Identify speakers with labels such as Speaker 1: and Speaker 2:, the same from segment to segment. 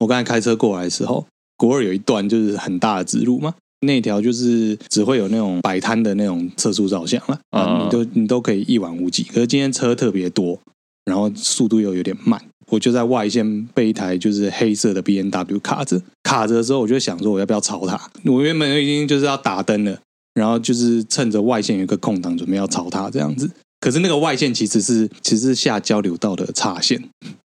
Speaker 1: 我刚才开车过来的时候，国二有一段就是很大的直路嘛，那条就是只会有那种摆摊的那种测速照相了，
Speaker 2: 嗯
Speaker 1: 啊，你都你都可以一望无际。可是今天车特别多，然后速度又有点慢，我就在外线被一台就是黑色的 B N W 卡着，卡着的时候我就想说我要不要超他？我原本已经就是要打灯了，然后就是趁着外线有一个空档准备要超他这样子。可是那个外线其实是其实是下交流道的岔线，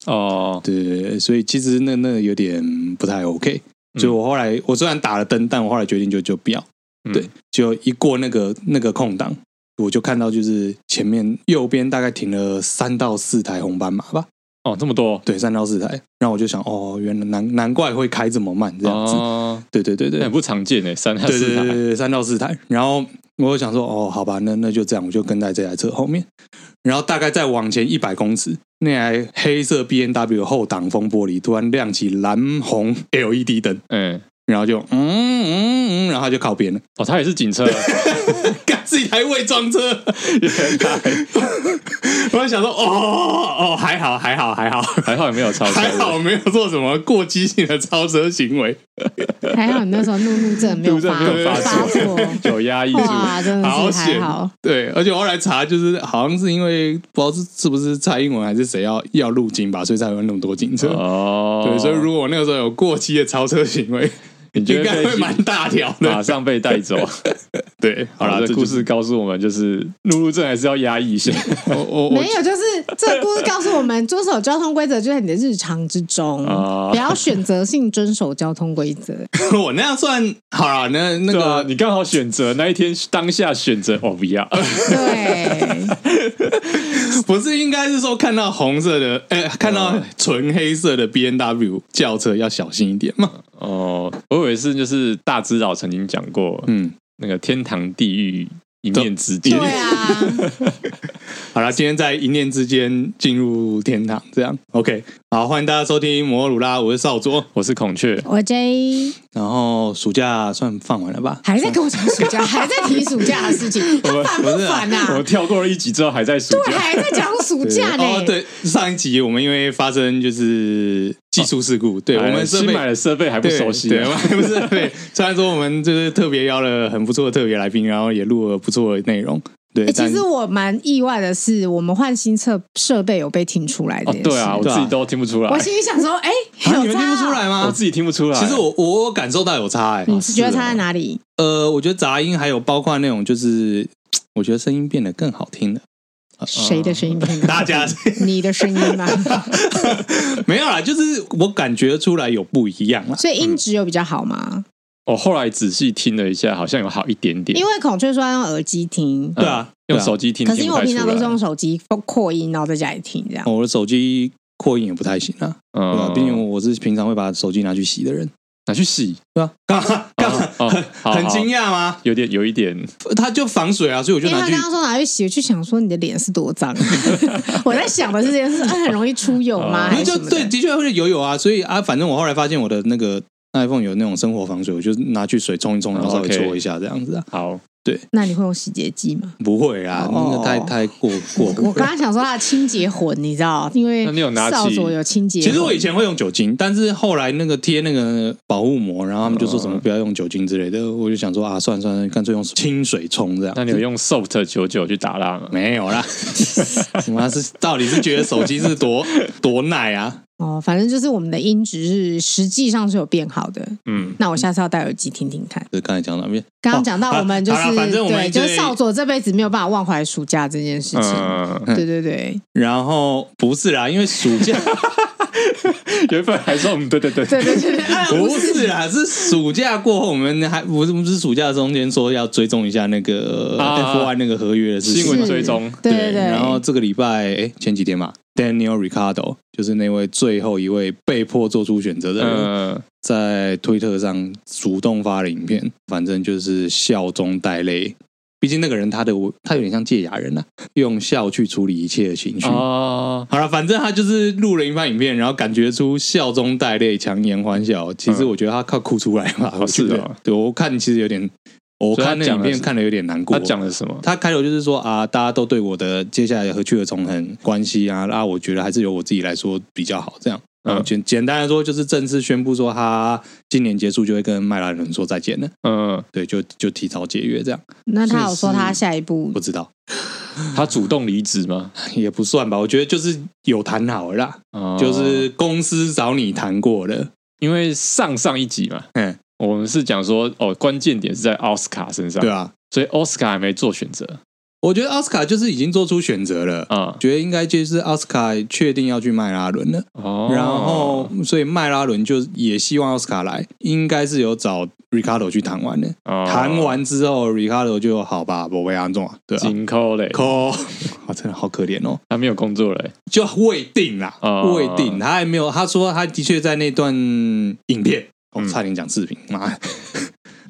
Speaker 2: 哦，
Speaker 1: 对对对，所以其实那那有点不太 OK。所以我后来我虽然打了灯，但我后来决定就就不要。
Speaker 2: 嗯
Speaker 1: 对，就一过那个那个空档，我就看到就是前面右边大概停了三到四台红斑马吧，
Speaker 2: 哦，这么多
Speaker 1: 对，三到四台。然后我就想，哦，原来难难怪会开这么慢这样子。
Speaker 2: 哦，
Speaker 1: 对对对对
Speaker 2: 那，很不常见诶， 三到
Speaker 1: 对对
Speaker 2: 四
Speaker 1: 对对
Speaker 2: 台，
Speaker 1: 对，三到四台。然后我就想说，哦，好吧，那那就这样，我就跟在这台车后面。然后大概再往前一百公尺，那台黑色 B N W 后挡风玻璃突然亮起蓝红 L E D 灯，
Speaker 2: 嗯，
Speaker 1: 然后就嗯嗯嗯，然后它就靠边了，
Speaker 2: 哦，他也是警车，
Speaker 1: 干是一台伪装车。 我就想说，哦哦，还好还好还好
Speaker 2: 还好也没有超车，
Speaker 1: 还好没有做什么过激性的超车行为。
Speaker 3: 还好你那时候怒怒症没有
Speaker 2: 路上
Speaker 3: 发
Speaker 2: 没有发
Speaker 3: 发
Speaker 2: 作
Speaker 3: 作，，
Speaker 2: 有压抑住，
Speaker 3: 哇，真的
Speaker 1: 好
Speaker 3: 嗯是还
Speaker 1: 险
Speaker 3: 好。
Speaker 1: 对，而且我后来查，就是好像是因为不知道是是不是蔡英文还是谁要要入境吧，所以才有那么多警车。
Speaker 2: 哦，
Speaker 1: 对，所以如果我那个时候有过期的超车行为，
Speaker 2: 你觉
Speaker 1: 应
Speaker 2: 得
Speaker 1: 该会蛮大条
Speaker 2: 马
Speaker 1: 的。
Speaker 2: 上被带走。
Speaker 1: 啊对， 好
Speaker 2: 好
Speaker 1: 啦，这
Speaker 2: 了，这故事告诉我们，就是路怒症还是要压抑一 下。
Speaker 1: 我我我
Speaker 3: 没有，就是这故事告诉我们，遵守交通规则就在你的日常之中
Speaker 2: 啊，
Speaker 3: 不要选择性遵守交通规则。
Speaker 1: 我那样算好啦，那那
Speaker 2: 对啊，
Speaker 1: 个
Speaker 2: 你刚好选择那一天当下选择哦，不 要，
Speaker 3: 对，
Speaker 1: 不是应该是说看到红色的，哎，看到纯黑色的 B N W 轿车要小心一点嘛。
Speaker 2: 哦，我以为是就是大指导曾经讲过
Speaker 1: 嗯，
Speaker 2: 那个天堂地狱一念之间，
Speaker 3: 对啊，
Speaker 1: 好啦，今天在一念之间进入天堂，这样 OK。好，欢迎大家收听摩尔鲁拉，我是少佐。
Speaker 2: 我是孔雀，
Speaker 3: 我 J
Speaker 1: 然后暑假算放完了吧？
Speaker 3: 还在跟我讲暑假，还在提暑假的事情，他烦不烦
Speaker 2: 我
Speaker 3: 啊
Speaker 2: 们？跳过了一集之后还在暑
Speaker 3: 对，
Speaker 2: 假，
Speaker 3: 还在讲暑假呢。
Speaker 1: 哦，对，上一集我们因为发生就是技术事故，对我
Speaker 2: 哎
Speaker 1: 们设
Speaker 2: 新
Speaker 1: 备
Speaker 2: 买的设备还不
Speaker 1: 对
Speaker 2: 熟悉
Speaker 1: 对，我
Speaker 2: 啊，
Speaker 1: 们还不是设备。虽然说我们就是特别邀了很不错的特别来宾，然后也录了不错的内容，对，
Speaker 3: 欸
Speaker 1: 但
Speaker 3: 其实我蛮意外的是，我们换新设设备有被听出来的、
Speaker 2: 哦，对啊，我自己都听不出来
Speaker 3: 我，心里想说，哎、
Speaker 1: 啊
Speaker 3: 有
Speaker 1: 你们
Speaker 3: 差
Speaker 1: 听不出来
Speaker 3: 哦、
Speaker 1: 吗？
Speaker 2: 我啊自己听不出来。
Speaker 1: 其实我我我感受到有差哎、
Speaker 3: 你是觉得差在哪里？
Speaker 1: 呃，我觉得杂音还有包括那种就是，我觉得声音变得更好听了。呃嗯
Speaker 3: 谁的声音听不到？
Speaker 1: 大家
Speaker 3: 你的声音吗？
Speaker 1: 没有啦，就是我感觉出来有不一样啦。
Speaker 3: 所以音质有比较好吗？
Speaker 2: 我后来仔细听了一下，好像有好一点
Speaker 1: 嗯
Speaker 2: 点
Speaker 3: 因，为孔雀说要用耳机听，
Speaker 1: 对啊，
Speaker 2: 用
Speaker 1: 对啊
Speaker 2: 手机听，
Speaker 3: 可是因为我
Speaker 2: 不太
Speaker 3: 平常都是
Speaker 2: 出来
Speaker 3: 用手机扩音，然后在家里听这样。
Speaker 1: 哦我的手机扩音也不太行啊，对吧、
Speaker 2: 嗯，
Speaker 1: 毕竟我是平常会把手机拿去洗的人，
Speaker 2: 拿去洗，
Speaker 1: 对吧、 干嘛干嘛？
Speaker 2: 哦，好
Speaker 1: 很惊，
Speaker 2: 好
Speaker 1: 讶吗？
Speaker 2: 有点有一点，
Speaker 1: 它就防水啊，所以我就
Speaker 3: 因为
Speaker 1: 拿
Speaker 3: 他
Speaker 1: 去
Speaker 3: 刚。刚说拿去洗，我就想说你的脸是多脏。啊 我在想的是这件事，哎很容易出油吗？
Speaker 2: 哦
Speaker 1: 不是
Speaker 3: 还是
Speaker 1: 就
Speaker 3: 什么
Speaker 1: 对，
Speaker 3: 的？
Speaker 1: 的确会有有啊，所以啊，反正我后来发现我的那个 iPhone 有那种生活防水，我就拿去水冲一冲，然后稍微
Speaker 2: OK
Speaker 1: 搓一下这样子啊，
Speaker 2: 好，
Speaker 3: 那你会用洗洁剂吗？
Speaker 1: 不会啊，
Speaker 3: 哦
Speaker 1: 那个太太过过火
Speaker 3: 我刚
Speaker 1: 了。
Speaker 3: 刚想说他的清洁魂，你知道，因为
Speaker 2: 那你有拿起
Speaker 3: 少佐有清洁魂。
Speaker 1: 其实我以前会用酒精，但是后来那个贴那个保护膜，然后他们就说什么不要用酒精之类的，我就想说啊，算了算了，干脆用清水冲这样。
Speaker 2: 那你有用 Soft 九九去打蜡吗？
Speaker 1: 没有 啦，我妈是到底是觉得手机是多多耐啊？
Speaker 3: 哦，反正就是我们的音质是实际上是有变好的。
Speaker 2: 嗯，
Speaker 3: 那我下次要戴耳机听听看。
Speaker 1: 就刚才讲到哪边？
Speaker 3: 刚刚讲到我们就是、
Speaker 1: 哦好啦反正我们
Speaker 3: 对，就是
Speaker 1: 这
Speaker 3: 少佐这辈子没有办法忘怀暑假这件事情。
Speaker 2: 嗯，
Speaker 3: 对对对
Speaker 1: 然后不是啦，因为暑 假
Speaker 2: 原本还说嗯，对对对，
Speaker 3: 对对对对，哎
Speaker 1: 不是啦，是暑假过后，我们还不是不是暑假中间说要追踪一下那个
Speaker 2: 啊
Speaker 1: F1 那个合约的事
Speaker 2: 新
Speaker 1: 情。
Speaker 2: 闻追踪
Speaker 3: 是对对对，
Speaker 1: 然后这个礼拜诶前几天嘛，Daniel Ricardo 就是那位最后一位被迫做出选择的人，
Speaker 2: 嗯，
Speaker 1: 在推特上主动发了影片，反正就是笑中带泪。毕竟那个人他的他有点像戒牙人呐、用笑去处理一切的情绪。
Speaker 2: 哦，
Speaker 1: 好了，反正他就是录了一番影片，然后感觉出笑中带泪、强颜欢笑。其实
Speaker 2: 嗯
Speaker 1: 我觉得他靠哭出来吧，
Speaker 2: 哦
Speaker 1: 我觉得
Speaker 2: 是哦
Speaker 1: 对我看其实有点，我
Speaker 2: 所以他
Speaker 1: 看那
Speaker 2: 讲
Speaker 1: 影
Speaker 2: 的
Speaker 1: 片
Speaker 2: 是
Speaker 1: 看的有点难过。
Speaker 2: 他讲了什么？
Speaker 1: 他开头就是说啊，大家都啊对我的接下来何去何从很关心啊，那、我觉得还是由我自己来说比较好。这样，然后
Speaker 2: 嗯
Speaker 1: 简简单来说，就是正式宣布说他今年结束就会跟迈兰伦说再见了，
Speaker 2: 嗯，
Speaker 1: 对，就就提早解约这样。
Speaker 3: 那他有
Speaker 1: 是
Speaker 3: 说
Speaker 1: 是
Speaker 3: 他下一步
Speaker 1: 不知道
Speaker 2: 他主动离职吗？
Speaker 1: 也不算吧，我觉得就是有谈好了啦，
Speaker 2: 哦
Speaker 1: 就是公司找你谈过了，
Speaker 2: 因为上上一集嘛，
Speaker 1: 嗯，
Speaker 2: 我们是讲说哦，关键点是在奥斯卡身上，
Speaker 1: 对啊，
Speaker 2: 所以奥斯卡还没做选择
Speaker 1: 我觉得奥斯卡就是已经做出选择了。
Speaker 2: 啊、
Speaker 1: 觉得应该就是奥斯卡确定要去迈拉伦了，
Speaker 2: 哦，
Speaker 1: 然后所以迈拉伦就也希望奥斯卡来，应该是有找 Ricardo 去谈完的。
Speaker 2: 哦
Speaker 1: 谈完之后，Ricardo 就好吧，不会安重啊，对啊，
Speaker 2: 紧扣嘞，
Speaker 1: 扣，啊，真的好可怜哦，
Speaker 2: 他没有工作嘞，
Speaker 1: 就未定啦，
Speaker 2: 哦
Speaker 1: 未定，他还没有，他说他的确在那段影片，我、
Speaker 2: 嗯
Speaker 1: 差点讲视频，妈的。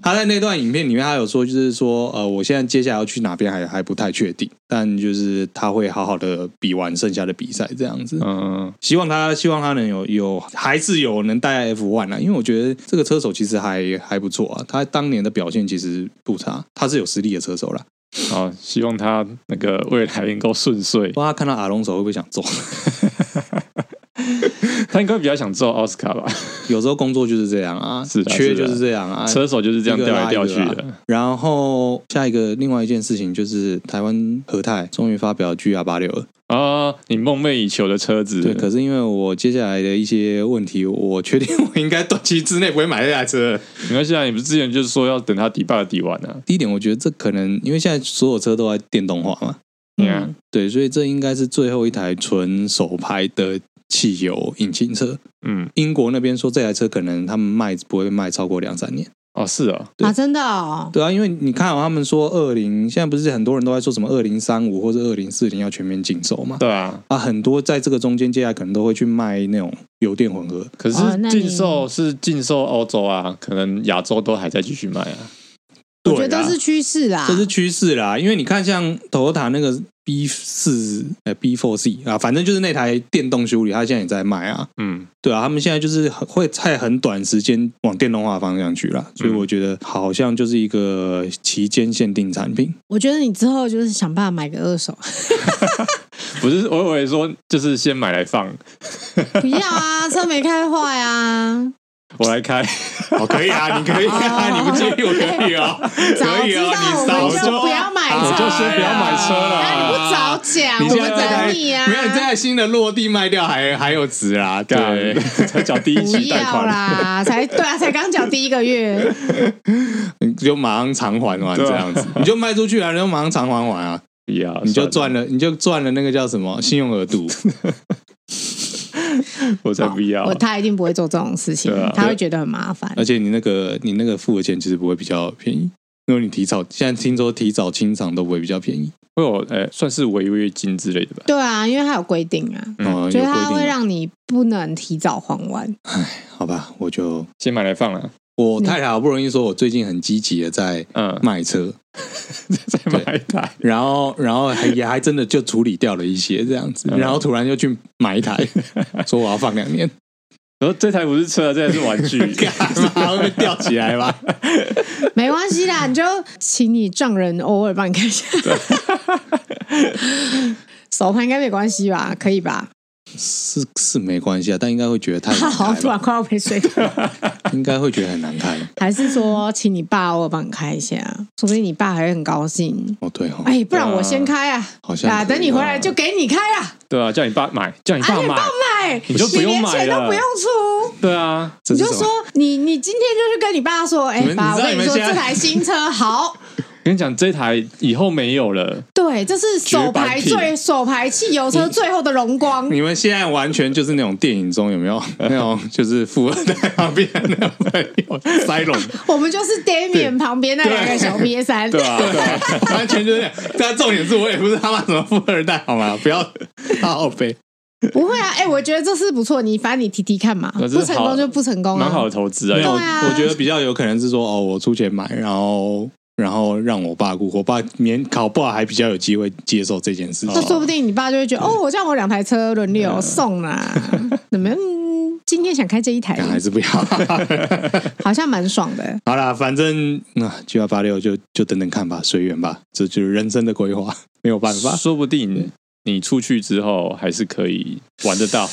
Speaker 1: 他在那段影片里面，他有说，就是说，呃，我现在接下来要去哪边还还不太确定，但就是他会好好的比完剩下的比赛这样子。
Speaker 2: 嗯，
Speaker 1: 希望他希望他能有有还是有能带 F one 啊，因为我觉得这个车手其实还还不错啊，他当年的表现其实不差，他是有实力的车手啦。
Speaker 2: 好，希望他那个未来能够顺遂
Speaker 1: 不，知道他看到阿隆手会不会想走？
Speaker 2: 他应该比较想做奥斯卡吧，
Speaker 1: 有时候工作就是这样啊，
Speaker 2: 是的
Speaker 1: 缺就是
Speaker 2: 的
Speaker 1: 这样啊。
Speaker 2: 车手就是这样
Speaker 1: 一个
Speaker 2: 掉
Speaker 1: 拉
Speaker 2: 来掉
Speaker 1: 一个
Speaker 2: 去
Speaker 1: 啊
Speaker 2: 的，
Speaker 1: 然后下一个另外一件事情就是台湾和泰终于发表 GR 八六了，
Speaker 2: 啊、你梦寐以求的车子，
Speaker 1: 对，可是因为我接下来的一些问题，我确定我应该短期之内不会买这台车了。
Speaker 2: 没关系啊，你不是之前就是说要等他底 bug 底完啊？
Speaker 1: 第一点，我觉得这可能因为现在所有车都在电动化嘛，
Speaker 2: 你
Speaker 3: 嗯
Speaker 2: 看，
Speaker 1: 对，所以这应该是最后一台纯手排的汽油引擎车。
Speaker 2: 嗯，
Speaker 1: 英国那边说这台车可能他们卖不会卖超过两三年。
Speaker 2: 哦，是哦，
Speaker 1: 对
Speaker 3: 啊，真的哦，
Speaker 1: 对啊，因为你看、哦、他们说二零，现在不是很多人都在说什么二零三五或者二零四零要全面禁售嘛？
Speaker 2: 对啊，
Speaker 1: 啊，很多在这个中间，接下来可能都会去卖那种油电混合。
Speaker 2: 可是
Speaker 3: 哦那你
Speaker 2: 禁售是禁售欧洲啊，可能亚洲都还在继续卖啊。
Speaker 3: 我
Speaker 1: 对
Speaker 3: 觉得
Speaker 1: 啦
Speaker 3: 这是趋势啦，
Speaker 1: 这是趋势啦，因为你看像 Toyota 那个 B 四呃 B Four C 啊，反正就是那台电动修理，它现在也在卖啊。
Speaker 2: 嗯，
Speaker 1: 对啊，他们现在就是很会在很短时间往电动化方向去啦，所以我觉得好像就是一个期间限定产品。
Speaker 3: 我觉得你之后就是想办法买个二手，
Speaker 2: 不是，我以为说就是先买来放，
Speaker 3: 不要啊，车没开坏啊，
Speaker 2: 我来开，
Speaker 1: 哦，可以啊，你可以
Speaker 3: 哦
Speaker 1: 意我可以啊，
Speaker 3: 早知道我
Speaker 1: 少
Speaker 3: 们就不要买车，
Speaker 2: 我就先不要买车了
Speaker 3: 那你不早讲，
Speaker 1: 啊你
Speaker 3: 我
Speaker 1: 现在
Speaker 3: 们
Speaker 1: 这台
Speaker 3: 等你啊，
Speaker 1: 没有，这台新的落地卖掉还还有值啊啦，对
Speaker 2: 干，才缴第一
Speaker 3: 不
Speaker 2: 期贷
Speaker 3: 要
Speaker 2: 款，
Speaker 3: 啦，才对啊，才刚缴第一 个月，
Speaker 1: 你 就马上偿还完
Speaker 2: 对啊
Speaker 1: 这样子， 你就卖出去啊，然后马上偿还完啊，
Speaker 2: 不 要，
Speaker 1: 你就
Speaker 2: 算
Speaker 1: 赚了，你就赚了那个叫什么信用额 度，
Speaker 2: 了，我才不要
Speaker 3: 哦我，他一定不会做这种事情
Speaker 2: 对啊，
Speaker 3: 他会觉得很麻烦
Speaker 1: 而。且你那个你那个付的钱其实不会比较便宜，因为你提早现在听说提早清偿都不会比较便宜，
Speaker 2: 会有诶，算是违约金之类的吧。
Speaker 3: 对啊，因为他有规定啊，
Speaker 2: 嗯
Speaker 1: 哦，
Speaker 3: 所
Speaker 1: 有
Speaker 3: 以
Speaker 1: 规
Speaker 3: 他会
Speaker 1: 定，
Speaker 3: 让你不能提早还完。
Speaker 1: 好吧，我就
Speaker 2: 先买来放啊了，
Speaker 1: 我太太好不容易说我最近很积极的在
Speaker 2: 嗯，
Speaker 1: 卖车，
Speaker 2: 再买一台，
Speaker 1: 然后然后还也还真的就处理掉了一些这样子，
Speaker 2: 嗯
Speaker 1: 然后突然又去买一 台，说我要放两年，
Speaker 2: 然后这台不是车，这台是 玩具，
Speaker 1: 啊然后被吊起来吧。
Speaker 3: 没关系啦，你就请你丈人偶尔帮你看一下， 手盘应该没关系吧？可以吧？
Speaker 1: 是是没关系啊，但应该会觉得太
Speaker 3: 他
Speaker 1: 难
Speaker 3: 好像
Speaker 1: 开
Speaker 3: 突然
Speaker 1: 吧，
Speaker 3: 快要被水桶，
Speaker 1: 应该会觉得很难开。
Speaker 3: 还是说请你爸偶尔帮你开一下，说不定你爸还会很高兴。
Speaker 1: 哦，对哦，
Speaker 3: 哎，不然我先开啊！
Speaker 1: 好像
Speaker 3: 啊，
Speaker 1: 可以
Speaker 3: 等你回来就给你开啊！
Speaker 2: 对啊，叫你爸买，叫你
Speaker 3: 啊，
Speaker 2: 爸
Speaker 3: 你
Speaker 2: 买，
Speaker 3: 帮买，
Speaker 2: 你就不用
Speaker 3: 连
Speaker 2: 买
Speaker 3: 钱都
Speaker 2: 了
Speaker 3: 不用出，
Speaker 2: 对啊，
Speaker 1: 这
Speaker 3: 你
Speaker 1: 是
Speaker 3: 就
Speaker 1: 什
Speaker 3: 说
Speaker 1: 么？
Speaker 3: 你你今天就去跟你爸说，哎
Speaker 1: 你们你
Speaker 3: 爸，我
Speaker 1: 知道
Speaker 3: 跟
Speaker 1: 你们
Speaker 3: 说
Speaker 1: 现
Speaker 3: 这
Speaker 1: 在
Speaker 3: 台 新车好，
Speaker 2: 跟你讲，这台以后没有了，
Speaker 3: 对，这是手牌
Speaker 2: 绝版
Speaker 3: 最手牌汽油
Speaker 1: 嗯
Speaker 3: 车最后的荣光。
Speaker 1: 你们现在完全就是那种电影中有没有那种就是富二代旁边的那种朋友 塞拢，
Speaker 3: 我们就是 Damian 旁边那两个小瘪三，
Speaker 2: 对啊，对啊，
Speaker 1: 完全就是这样。但重点是我也不是他妈什么富二代，好吗？不要好呗。
Speaker 3: 不会啊，哎、我觉得这是不错，你反正你提提看嘛，
Speaker 2: 可是好
Speaker 3: 不成功就不成功
Speaker 2: 蛮好
Speaker 3: 啊
Speaker 2: 的。投资啊
Speaker 1: 没，有，
Speaker 3: 对啊
Speaker 1: 我觉得比较有可能是说哦，我出钱买，然后然后让我爸顾，我爸免考不好还比较有机会接受这件事
Speaker 3: 那
Speaker 1: 情。
Speaker 3: 说不定你爸就会觉得，哦，我这样我两台车轮流送啦，怎么样？嗯今天想开这一台，
Speaker 1: 但还是不要。
Speaker 3: 好像蛮爽的。
Speaker 1: 好啦，反正那九 幺八六就就等等看吧，随缘吧，这就是人生的规划，没有办法。
Speaker 2: 说不定你出去之后还是可以玩得到。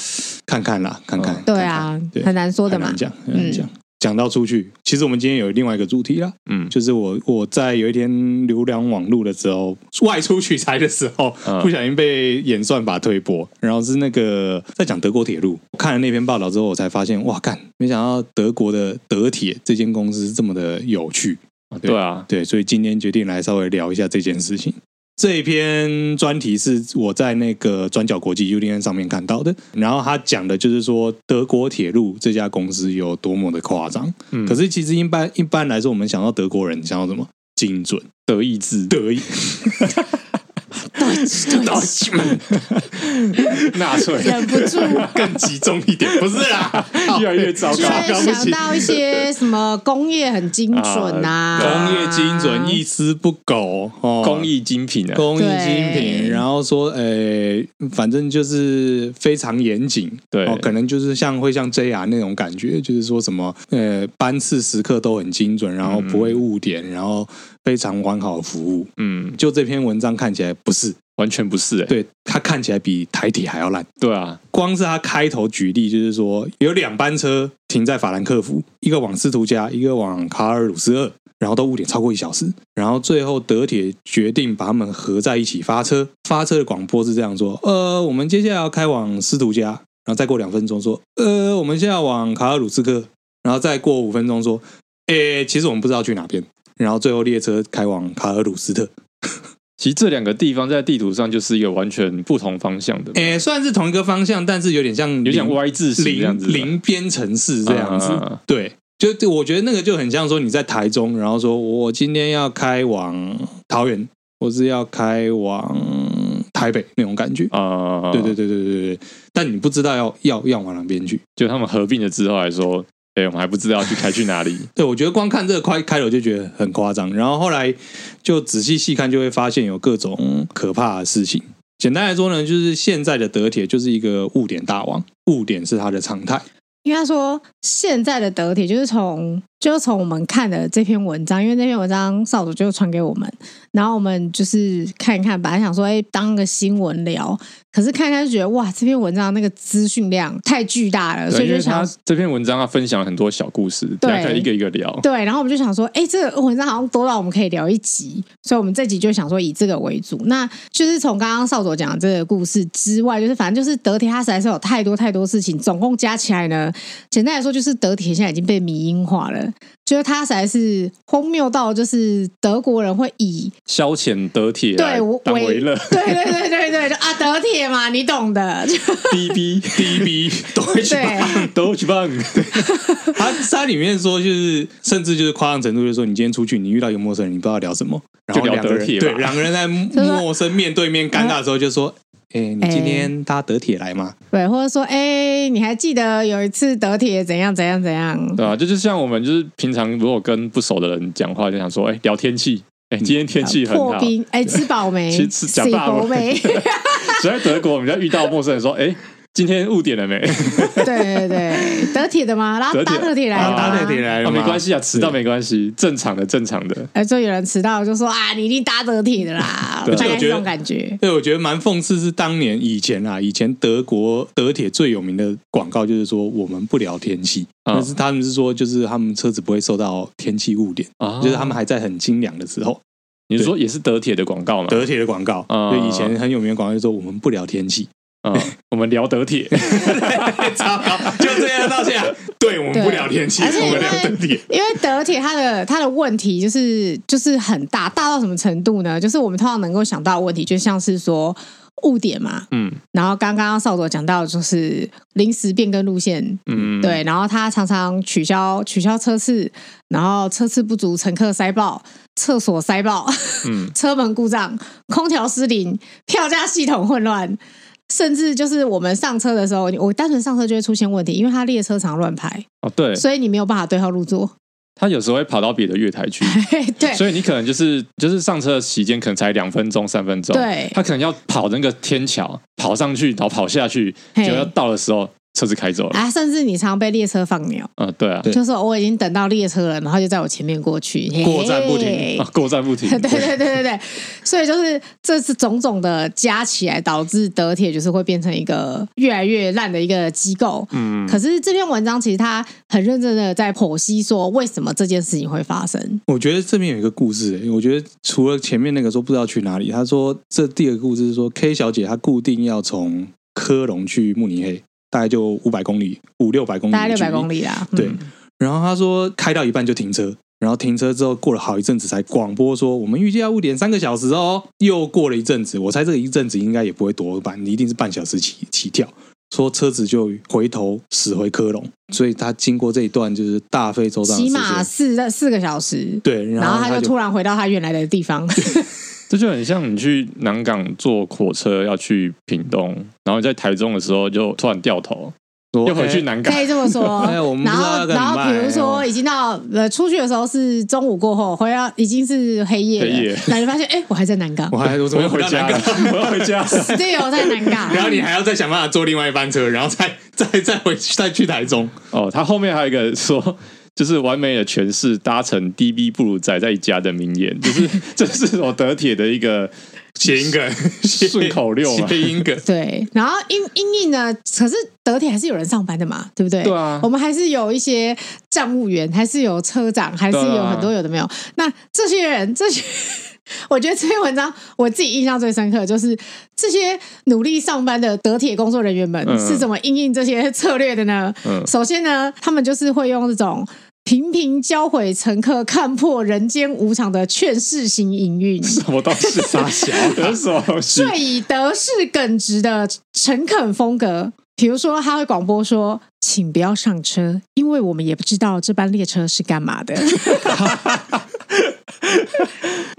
Speaker 1: 看看啦，看看。
Speaker 2: 嗯
Speaker 3: 对啊
Speaker 1: 对，
Speaker 3: 很难说
Speaker 1: 看看，
Speaker 3: 的
Speaker 1: 很
Speaker 3: 嘛
Speaker 1: 难。讲，很难讲。讲到出去，其实我们今天有另外一个主题啦，
Speaker 2: 嗯，
Speaker 1: 就是我我在有一天浏览网路的时候，外出取材的时候，
Speaker 2: 嗯
Speaker 1: 不小心被演算法推播，然后是那个在讲德国铁路。我看了那篇报道之后，我才发现，哇，干，没想到德国的德铁这间公司是这么的有趣。
Speaker 2: 对啊，
Speaker 1: 对，所以今天决定来稍微聊一下这件事情。这一篇专题是我在那个转角国际 UDN 上面看到的，然后他讲的就是说德国铁路这家公司有多么的夸张。
Speaker 2: 嗯
Speaker 1: 可是其实一般一般来说，我们想到德国人想到什么？精准、
Speaker 2: 德意志，
Speaker 1: 德意、
Speaker 3: 对，
Speaker 2: 纳粹
Speaker 3: 忍不住
Speaker 1: 嗯更集中一点，不是啦，
Speaker 2: 越来越糟
Speaker 3: 就
Speaker 2: 糕，
Speaker 3: 会想到一些什么工业很精准啊呐，
Speaker 1: 啊工业精准、一丝不苟、哦、
Speaker 2: 工艺 精品啊，
Speaker 1: 啊工艺
Speaker 3: 对
Speaker 1: 精品，然后说，呃，反正就是非常严谨，
Speaker 2: 对
Speaker 1: 哦，可能就是像会像 JR 那种感觉，就是说什么，呃，班次时刻都很精准，然后不会误点，然后非常完好的服务。
Speaker 2: 嗯，
Speaker 1: 就这篇文章看起来不是，
Speaker 2: 完全不是哎、
Speaker 1: 对它看起来比台铁还要烂。
Speaker 2: 对啊，
Speaker 1: 光是它开头举例，就是说有两班车停在法兰克福，一个往斯图加，一个往卡尔鲁斯二，然后都误点超过一小时，然后最后德铁决定把它们合在一起发车。发车的广播是这样说：呃，我们接下来要开往斯图加，然后再过两分钟说，呃，我们现在要往卡尔鲁斯克，然后再过五分钟说，诶，其实呃我们不知道去哪边。然后最后列车开往卡尔鲁斯特，
Speaker 2: 其实这两个地方在地图上就是一个完全不同方向的，
Speaker 1: 诶，虽然呃是同一个方向，但是有点像
Speaker 2: 有点
Speaker 1: 哎零
Speaker 2: 歪字形这样
Speaker 1: 零
Speaker 2: 子的，
Speaker 1: 零边城市这样子。
Speaker 2: 嗯嗯嗯
Speaker 1: 对，就就我觉得那个就很像说你在台中，然后说我今天要开往桃园，或是要开往台北那种感觉。
Speaker 2: 啊，
Speaker 1: 对对，对对对对，但你不知道要要要往哪边去。
Speaker 2: 就他们合并了之后来说， 哎、我们还不知道去开去哪里，
Speaker 1: 对，我觉得光看这个开开头就觉得很夸张，然后后来就仔细细看，就会发现有各种可怕的事情。简单来说呢，就是现在的德铁就是一个误点大王，误点是它的常态。
Speaker 3: 因为他说现在的德铁就是从就是从我们看的这篇文章，因为那篇文章少主就传给我们，然后我们就是看一看，本来想说哎、当个新闻聊，可是看一看就觉得哇这篇文章那个资讯量太巨大了，所
Speaker 2: 对，
Speaker 3: 以
Speaker 2: 因
Speaker 3: 就
Speaker 2: 为
Speaker 3: 想
Speaker 2: 他这篇文章他分享了很多小故事，
Speaker 3: 对
Speaker 2: 大家可以一个一个聊，
Speaker 3: 对，然后我们就想说，哎，这个文章好像多到我们可以聊一集，所以我们这集就想说以这个为主。那就是从刚刚少佐讲的这个故事之外，就是反正就是德铁它实在是有太多太多事情，总共加起来呢，简单来说就是德铁现在已经被迷因化了，就是它实在是荒谬到就是德国人会以
Speaker 2: 消遣德铁来
Speaker 3: 对我
Speaker 2: 当为 乐
Speaker 3: 对对对对对，就啊德铁嘛，你懂的，就
Speaker 2: ，B B B B
Speaker 1: 都会去
Speaker 3: 对。
Speaker 2: 都去棒，
Speaker 1: 他他里面说，就是甚至就是夸张程度，就是说你今天出去，你遇到一个陌生人，你不知道聊什么，然后
Speaker 2: 就聊
Speaker 1: 两个人
Speaker 2: 德铁吧
Speaker 1: 对两个人在陌生面对面尴尬的时候，就说：“哎、你今天搭德铁来吗
Speaker 3: 对，或者说，哎，你还记得有一次德铁怎样怎样怎样？
Speaker 2: 对啊，这就像我们就是平常如果跟不熟的人讲话，就想说，哎、聊天气，哎、
Speaker 1: 嗯
Speaker 2: 今天天气很好
Speaker 3: 破。冰，哎，吃饱没？
Speaker 2: 其实吃饱了
Speaker 3: 没？
Speaker 2: 所以在德国，我们要遇到陌生人说，哎、今天误点了 没？
Speaker 3: 对对对，德铁的吗？然后
Speaker 2: 德铁
Speaker 3: 搭德铁来的
Speaker 1: 啊
Speaker 3: 吗？
Speaker 1: 搭德铁来了
Speaker 2: 啊，
Speaker 1: 吗、
Speaker 2: 没关系啊，迟到没关系，正常的，正常的。
Speaker 3: 哎，就有人迟到就说啊，你一定搭德铁的啦，
Speaker 1: 对
Speaker 3: 大
Speaker 1: 而且我
Speaker 3: 概是
Speaker 1: 觉
Speaker 3: 这
Speaker 1: 得
Speaker 3: 种感觉。
Speaker 1: 对，我觉得蛮讽刺，是当年以前啊，以前德国德铁最有名的广告就是说我们不聊天气，
Speaker 2: 啊
Speaker 1: 但是他们是说就是他们车子不会受到天气误点，
Speaker 2: 啊
Speaker 1: 就是他们还在很清凉的时候，
Speaker 2: 你是说也是德铁的广告嘛？
Speaker 1: 德铁的广告，
Speaker 2: 啊
Speaker 1: 所以以前很有名的广告就说我们不聊天气，
Speaker 2: 啊， 我们聊德铁，
Speaker 1: 糟糕，就这样到现在。对，我们
Speaker 3: 对
Speaker 1: 不聊天气，
Speaker 3: 而且
Speaker 1: 我们
Speaker 3: 因
Speaker 1: 聊地
Speaker 3: 为
Speaker 1: 铁。
Speaker 3: 因为德铁它的它的问题就是就是很大，大到什么程度呢？就是我们通常能够想到的问题，就像是说误点嘛，
Speaker 2: 嗯
Speaker 3: 然后刚刚少佐讲到就是临时变更路线，
Speaker 2: 嗯，
Speaker 3: 对，然后他常常取消取消车次，然后车次不足，乘客塞爆，厕所塞爆，
Speaker 2: 嗯
Speaker 3: 车门故障、空调失灵、票价系统混乱，甚至就是我们上车的时候，我单纯上车就会出现问题，因为它列车常乱排，
Speaker 2: 哦，对，
Speaker 3: 所以你没有办法对号入座。
Speaker 2: 他有时候会跑到别的月台去，
Speaker 3: 对
Speaker 2: 所以你可能就是就是上车的时间可能才两分钟三分钟，
Speaker 3: 对
Speaker 2: 他可能要跑那个天桥，跑上去，然后跑下去，
Speaker 3: 嘿
Speaker 2: 结果要到的时候，车子开走了。
Speaker 3: 啊，甚至你常被列车放鸟，
Speaker 2: 嗯，对啊，
Speaker 1: 对
Speaker 3: 就是我已经等到列车了，然后就在我前面过去，嘿
Speaker 1: 过站不停
Speaker 3: 嘿
Speaker 2: 啊过站不停。
Speaker 3: 对 对对对对，所以就是这次种种的加起来，导致德铁就是会变成一个越来越烂的一个机构。
Speaker 2: 嗯，
Speaker 3: 可是这篇文章其实他很认真的在剖析说，为什么这件事情会发生。
Speaker 1: 我觉得这边有一个故事、欸，我觉得除了前面那个说不知道去哪里，他说这第二个故事是说 K 小姐她固定要从科隆去慕尼黑，大概就五百公里，五六百公里，
Speaker 3: 大概六百公
Speaker 1: 里。
Speaker 3: 里啦，
Speaker 1: 对
Speaker 3: 嗯，
Speaker 1: 然后他说开到一半就停车，然后停车之后过了好一阵子才广播说我们预计要误点三个小时哦。又过了一阵子，我猜这个一阵子应该也不会多半，一定是半小时起起跳。说车子就回头驶回科隆，所以他经过这一段就是大费周章的
Speaker 3: 起
Speaker 1: 时
Speaker 3: 码
Speaker 1: 间。
Speaker 3: 四四个小时，
Speaker 1: 对，然
Speaker 3: 然后
Speaker 1: 后
Speaker 3: 他
Speaker 1: 他
Speaker 3: 就突然回到他原来的地方。
Speaker 2: 这就很像你去南港坐火车要去屏东，然后你在台中的时候就突然掉头，
Speaker 1: 说
Speaker 2: 又回去
Speaker 1: 哎
Speaker 2: 南港
Speaker 3: 可。以这么说。
Speaker 1: 哎我们不
Speaker 3: 然
Speaker 1: 知道
Speaker 3: 后
Speaker 1: 要，干
Speaker 3: 然
Speaker 1: 嘛哎
Speaker 3: 后比如说，已经到呃出去的时候是中午过后，回到已经是黑夜了，
Speaker 2: 黑夜
Speaker 3: 然后你发现，哎，我还在南港
Speaker 1: 我，还我怎么
Speaker 2: 我要
Speaker 1: 又回
Speaker 2: 回
Speaker 1: 到
Speaker 2: 家
Speaker 1: 南
Speaker 2: 了
Speaker 1: 港？，
Speaker 2: 我要回家了。
Speaker 3: 对，我在南港。
Speaker 1: 然后你还要再想办法坐另外一班车，然后再再再回去再去台中。
Speaker 2: 哦，他后面还有一个说，就是完美的诠释搭乘 DB 不如宅在家的名言，就是这是我德铁的一个
Speaker 1: 谐音梗，谐
Speaker 2: 顺口溜啊嘛
Speaker 1: 谐音梗。
Speaker 3: 对，然后因因应呢，可是德铁还是有人上班的嘛，对不对？
Speaker 2: 对啊
Speaker 3: 我们还是有一些站务员，还是有车长，还是
Speaker 2: 对
Speaker 3: 有
Speaker 2: 啊
Speaker 3: 很多有的没有。那这些人，这些。 我觉得这篇文章我自己印象最深刻，就是这些努力上班的德铁工作人员们
Speaker 2: 嗯
Speaker 3: 是怎么应应这些策略的呢？
Speaker 2: 嗯
Speaker 3: 首先呢，他们就是会用这种频频教诲乘客看破人间无常的劝世型营运，
Speaker 2: 什么东西，傻小，有什么东西？
Speaker 3: 最以德式耿直的诚恳风格，比如说他会广播说：“请不要上车，因为我们也不知道这班列车是干嘛的。
Speaker 2: 哎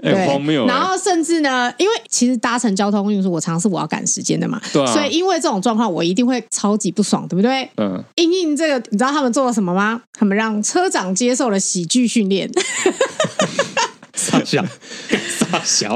Speaker 3: 对
Speaker 2: 很荒谬。
Speaker 3: 然后甚至呢，因为其实搭乘交通运输，我尝试我要赶时间的嘛，
Speaker 2: 对啊
Speaker 3: 所以因为这种状况，我一定会超级不爽，对不对？
Speaker 2: 嗯，
Speaker 3: 因应这个，你知道他们做了什么吗？他们让车长接受了喜剧训练，
Speaker 1: 傻 小，傻小，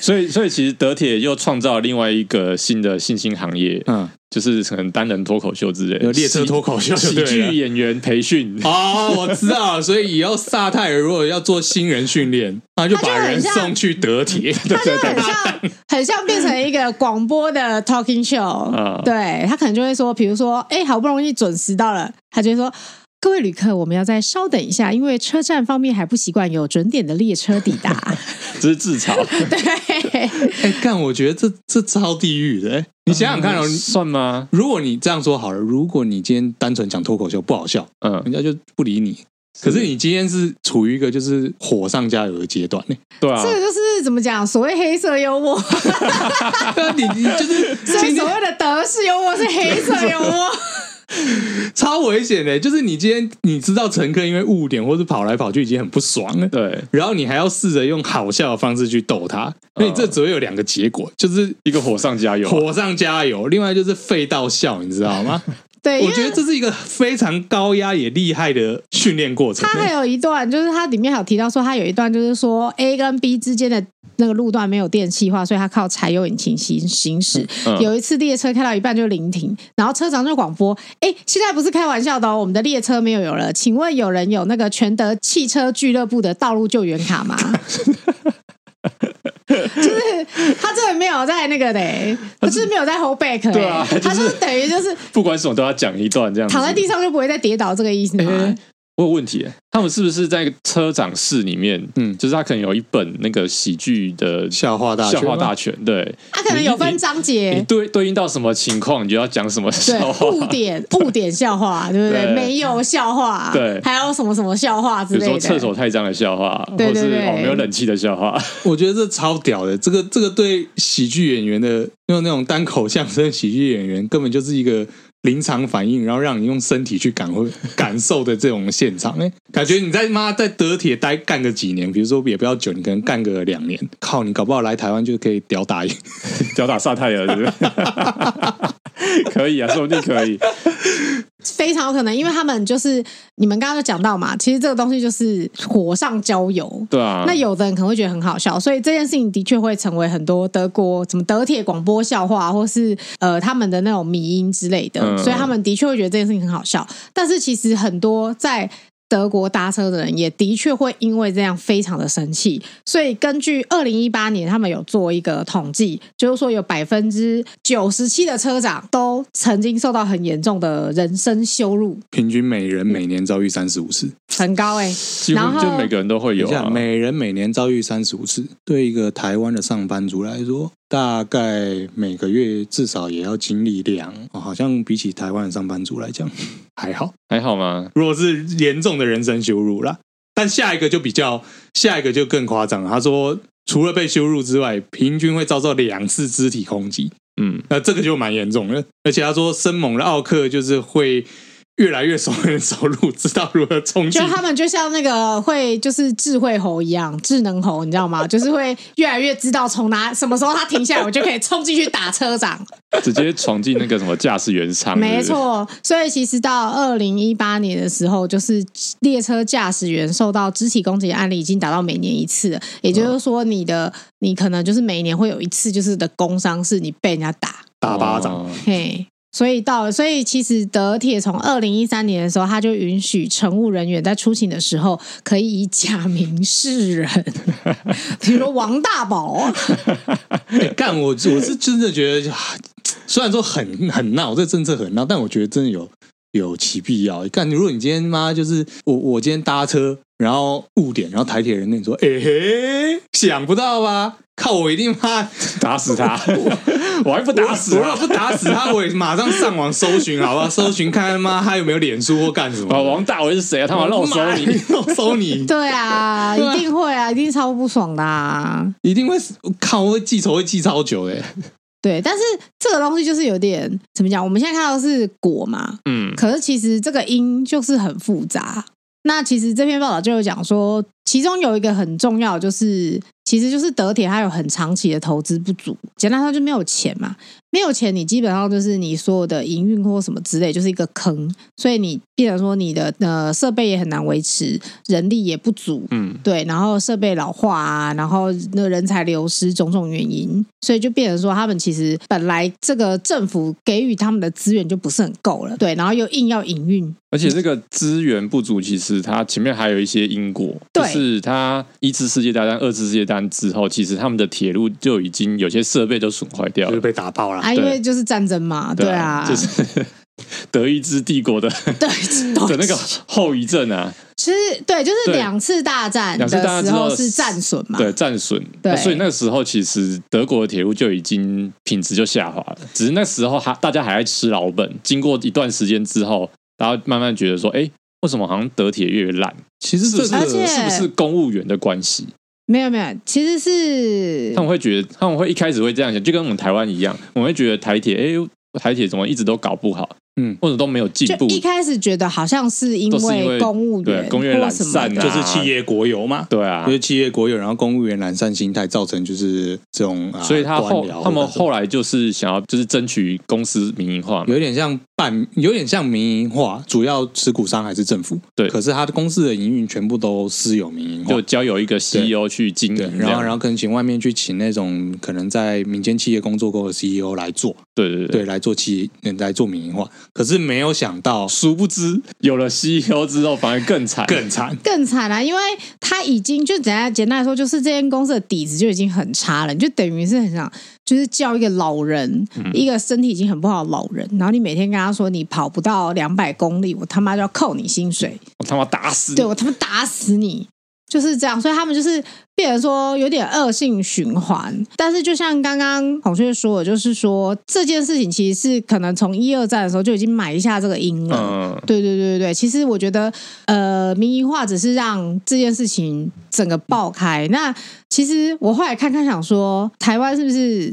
Speaker 2: 所以所以其实德铁又创造了另外一个新的新兴行业，
Speaker 1: 嗯，
Speaker 2: 就是可能单人脱口秀之类
Speaker 1: 有
Speaker 2: 的，
Speaker 1: 列车脱口秀
Speaker 2: 喜
Speaker 1: 就对
Speaker 2: 喜
Speaker 1: 了
Speaker 2: 剧演员培训。
Speaker 1: 哦，我知道了。所以以后萨泰尔如果要做新人训练，他就把人送去德铁。对
Speaker 3: 他就 很像，很像变成一个广播的 talking show、
Speaker 2: 啊
Speaker 3: 对他可能就会说，比如说，哎、好不容易准时到了，他就会说。各位旅客，我们要再稍等一下，因为车站方面还不习惯有准点的列车抵达。
Speaker 2: 只是自嘲，
Speaker 3: 对，
Speaker 1: 哎，干，我觉得这这超地狱的。哎，你想想 看哦，
Speaker 2: 嗯算吗？
Speaker 1: 如果你这样说好了，如果你今天单纯讲脱口秀不好笑，
Speaker 2: 嗯，
Speaker 1: 人家就不理你。可是你今天是处于一个就是火上加油的阶段，哎
Speaker 2: 对啊
Speaker 3: 这，个就是怎么讲，所谓黑色幽默，
Speaker 1: 你你就是
Speaker 3: 所以所谓的德式幽默是黑色幽默。
Speaker 1: 超危险的，就是你今天你知道乘客因为误点或是跑来跑去已经很不爽了，
Speaker 2: 对，
Speaker 1: 然后你还要试着用好笑的方式去逗他，那你这只会有两个结果，就是
Speaker 2: 一个火上加油啊，
Speaker 1: 火上加油，另外就是废到笑，你知道吗？
Speaker 3: 对，因
Speaker 1: 我
Speaker 3: 为
Speaker 1: 觉得这是一个非常高压也厉害的训练过程
Speaker 2: 嗯
Speaker 3: 他。还有一段，就是他里面还有提到说，他有一段就是说 A 跟 B 之间的那个路段没有电气化，所以他靠柴油引擎行行驶。
Speaker 2: 嗯
Speaker 3: 有一次列车开到一半就临停，然后车长就广播：“哎，现在不是开玩笑的哦，我们的列车没有油了，请问有人有那个全德汽车俱乐部的道路救援卡 吗？”就是他真的没有在那个的、欸他就是没有在 hold back，、欸、
Speaker 2: 对啊就是
Speaker 3: 他就是等于就是
Speaker 2: 不管什么都要讲一段这样子。
Speaker 3: 躺在地上就不会再跌倒这个意思吗？
Speaker 2: 哎我有问题耶，他们是不是在车长室里面？
Speaker 1: 嗯
Speaker 2: 嗯，就是他可能有一本那个喜剧的
Speaker 1: 笑话大全
Speaker 2: 笑
Speaker 1: 吗
Speaker 2: 话大全，对，
Speaker 3: 他、可能有分章节，
Speaker 2: 你对对应到什么情况，你就要讲什么笑
Speaker 3: 对，
Speaker 2: 话。
Speaker 3: 误 点误点笑话，对不对？
Speaker 2: 对
Speaker 3: 没有笑话，
Speaker 2: 对
Speaker 3: 还有什么什么笑话之
Speaker 2: 比如
Speaker 3: 类
Speaker 2: 说
Speaker 3: 的。
Speaker 2: 厕所太脏的笑话，
Speaker 3: 对对对
Speaker 2: 或是哦没有冷气的笑 话，
Speaker 1: 我觉得这超屌的，这个这个对喜剧演员的用那种单口相声喜剧演员根本就是一个临场反应，然后让你用身体去感会感受的这种现场，哎，感觉你在妈在德铁待干个几年，比如说也不要久，你可能干个两年，靠，你搞不好来台湾就可以屌打赢。
Speaker 2: 吊打萨泰尔，是不是？可以啊，说不定可以。
Speaker 3: 非常有可能，因为他们就是你们刚刚就讲到嘛，其实这个东西就是火上浇油。
Speaker 2: 对啊，
Speaker 3: 那有的人可能会觉得很好笑，所以这件事情的确会成为很多德国什么德铁广播笑话，或是呃他们的那种迷音之类的，
Speaker 2: 嗯
Speaker 3: 所以他们的确会觉得这件事情很好笑。但是其实很多在德国搭车的人也的确会因为这样非常的生气，所以根据二零一八年他们有做一个统计，就是说有百分之九十七的车长都曾经受到很严重的人身羞辱，
Speaker 1: 平均每人每年遭遇三十五次。
Speaker 3: 很高哎、
Speaker 2: 几
Speaker 3: 然
Speaker 2: 乎
Speaker 3: 后
Speaker 2: 就每个人都会有
Speaker 1: 等一下
Speaker 2: 啊。
Speaker 1: 每人每年遭遇三十五次，对一个台湾的上班族来说，大概每个月至少也要经历两、哦，好像比起台湾的上班族来讲 还好。
Speaker 2: 还好吗？
Speaker 1: 如果是严重的人身羞辱啦，但下一个就比较，下一个就更夸张了。他说，除了被羞辱之外，平均会遭受两次肢体攻击，
Speaker 2: 嗯，
Speaker 1: 那这个就蛮严重的。而且他说，生猛的奥克就是会越来越熟人熟 路，知道如何冲
Speaker 3: 就
Speaker 1: 击。
Speaker 3: 他们就像那个会就是智慧猴一样，智能猴，你知道吗？就是会越来越知道从哪什么时候它停下来，我就可以冲进去打车长。
Speaker 2: 直接闯进那个什么驾驶员舱，
Speaker 3: 没
Speaker 2: 是不是，
Speaker 3: 错，所以其实到二零一八年的时候，就是列车驾驶员受到肢体攻击的案例已经达到每年一次了。也就是说，你的、你可能就是每年会有一次就是的工伤是你被人家打。
Speaker 1: 打巴掌，
Speaker 2: 哦
Speaker 3: 嘿，所以到所以其实德铁从二零一三年的时候，它就允许乘务人员在出勤的时候可以以假名示人，比如王大宝。
Speaker 1: 欸干、我我是真的觉得，啊虽然说很很闹，这政策很闹，但我觉得真的有有其必要。干，如果你今天妈就是我，我今天搭车，然后误点，然后台铁人跟你说，哎、嘿，想不到吧？靠，我一定妈，
Speaker 2: 打死 他，我还不打死
Speaker 1: 我
Speaker 2: 啊
Speaker 1: 要！不 打死他，我也马上上网搜寻，好不好？搜寻看看妈他有没有脸书或干什么。
Speaker 2: 啊，王大为是谁啊？他妈让我收
Speaker 1: 妈
Speaker 2: 你！，
Speaker 1: 漏 搜你，
Speaker 3: 对啊，一定会啊，一定超不爽的、啊。
Speaker 1: 一定会靠，我会记仇，会记超久的、
Speaker 3: 对，但是这个东西就是有点怎么讲？我们现在看到的是果嘛，
Speaker 2: 嗯，
Speaker 3: 可是其实这个因就是很复杂。那其实这篇报道就有讲说，其中有一个很重要，就是其实就是德铁它有很长期的投资不足，简单说就没有钱嘛，没有钱你基本上就是你所有的营运或什么之类就是一个坑，所以你必然说你的呃设备也很难维持，人力也不足，
Speaker 2: 嗯，
Speaker 3: 对，然后设备老化啊，然后那人才流失种种原因，所以就变成说他们其实本来这个政府给予他们的资源就不是很够了，对，然后又硬要营运，
Speaker 2: 而且这个资源不足，其实它前面还有一些因果，就
Speaker 3: 对
Speaker 2: 是它一次世界大战、二次世界大战之后，其实他们的铁路就已经有些设备都损坏掉
Speaker 1: 就是
Speaker 2: 了。
Speaker 1: 被打爆了。
Speaker 3: 啊，因为就是战争嘛，对啊，
Speaker 2: 就是 德意志帝国的
Speaker 3: 对
Speaker 2: 的那个后遗症啊，
Speaker 3: 其实对，就是
Speaker 2: 对
Speaker 3: 两次大战
Speaker 2: 两次大
Speaker 3: 的
Speaker 2: 战之
Speaker 3: 时
Speaker 2: 后
Speaker 3: 候是战损嘛，
Speaker 2: 对战损。
Speaker 3: 对
Speaker 2: 那所以那个时候其实德国的铁路就已经品质就下滑了，只是那时候还大家还在吃老本。经过一段时间之后，然后慢慢觉得说，哎，为什么好像德铁越来越烂？
Speaker 1: 其实
Speaker 2: 是不
Speaker 1: 这
Speaker 2: 是
Speaker 1: 个
Speaker 3: 而且
Speaker 2: 是不是公务员的关系？
Speaker 3: 没有没有，其实是
Speaker 2: 他们会觉得，他们会一开始会这样想，就跟我们台湾一样，我们会觉得台铁，哎、台铁怎么一直都搞不好，
Speaker 1: 嗯
Speaker 2: 或者都没有进
Speaker 3: 就
Speaker 2: 步，
Speaker 3: 一开始觉得好像是因
Speaker 2: 都是因
Speaker 3: 为
Speaker 2: 为
Speaker 3: 公务员
Speaker 2: 对公务员
Speaker 3: 或
Speaker 2: 懒
Speaker 3: 什么
Speaker 2: 散
Speaker 3: 的
Speaker 2: 啊
Speaker 1: 就是企业国有嘛。
Speaker 2: 对啊
Speaker 1: 因，为企业国有，然后公务员懒散心态，造成就是这种，啊、
Speaker 2: 所以他后
Speaker 1: 官僚
Speaker 2: 他们
Speaker 1: 或者
Speaker 2: 后来就是想要就是争取公司民营化嘛，
Speaker 1: 有点像半，有点像民营化，主要持股商还是政府。
Speaker 2: 对
Speaker 1: 可是他的公司的营运全部都私有民营化
Speaker 2: 就。嗯交由一个 CEO 去经
Speaker 1: 对
Speaker 2: 营，，
Speaker 1: 然后然
Speaker 2: 后
Speaker 1: 后可能请外面去请那种可能在民间企业工作过的 CEO 来做，
Speaker 2: 对对对。
Speaker 1: 对，来做企业来做民营化。可是没有想到
Speaker 2: 殊不知，有了 CEO 之后，反而更惨。
Speaker 1: 更惨，
Speaker 3: 更惨啦、因为他已经就简单简单来说，就是这间公司的底子就已经很差了，你就等于是很想就是叫一个老人，一个身体已经很不好的老人，然后你每天跟他说你跑不到两百公里，我他妈就要扣你薪水，
Speaker 2: 我他妈打死你
Speaker 3: 对！我他妈打死你。就是这样，所以他们就是变成说有点恶性循环。但是就像刚刚孔雀说的，就是说这件事情其实是可能从一二战的时候就已经埋下这个因了。
Speaker 2: 嗯，
Speaker 3: 对对对对对，其实我觉得，呃，民营化只是让这件事情整个爆开。那其实我后来看看，想说台湾是不是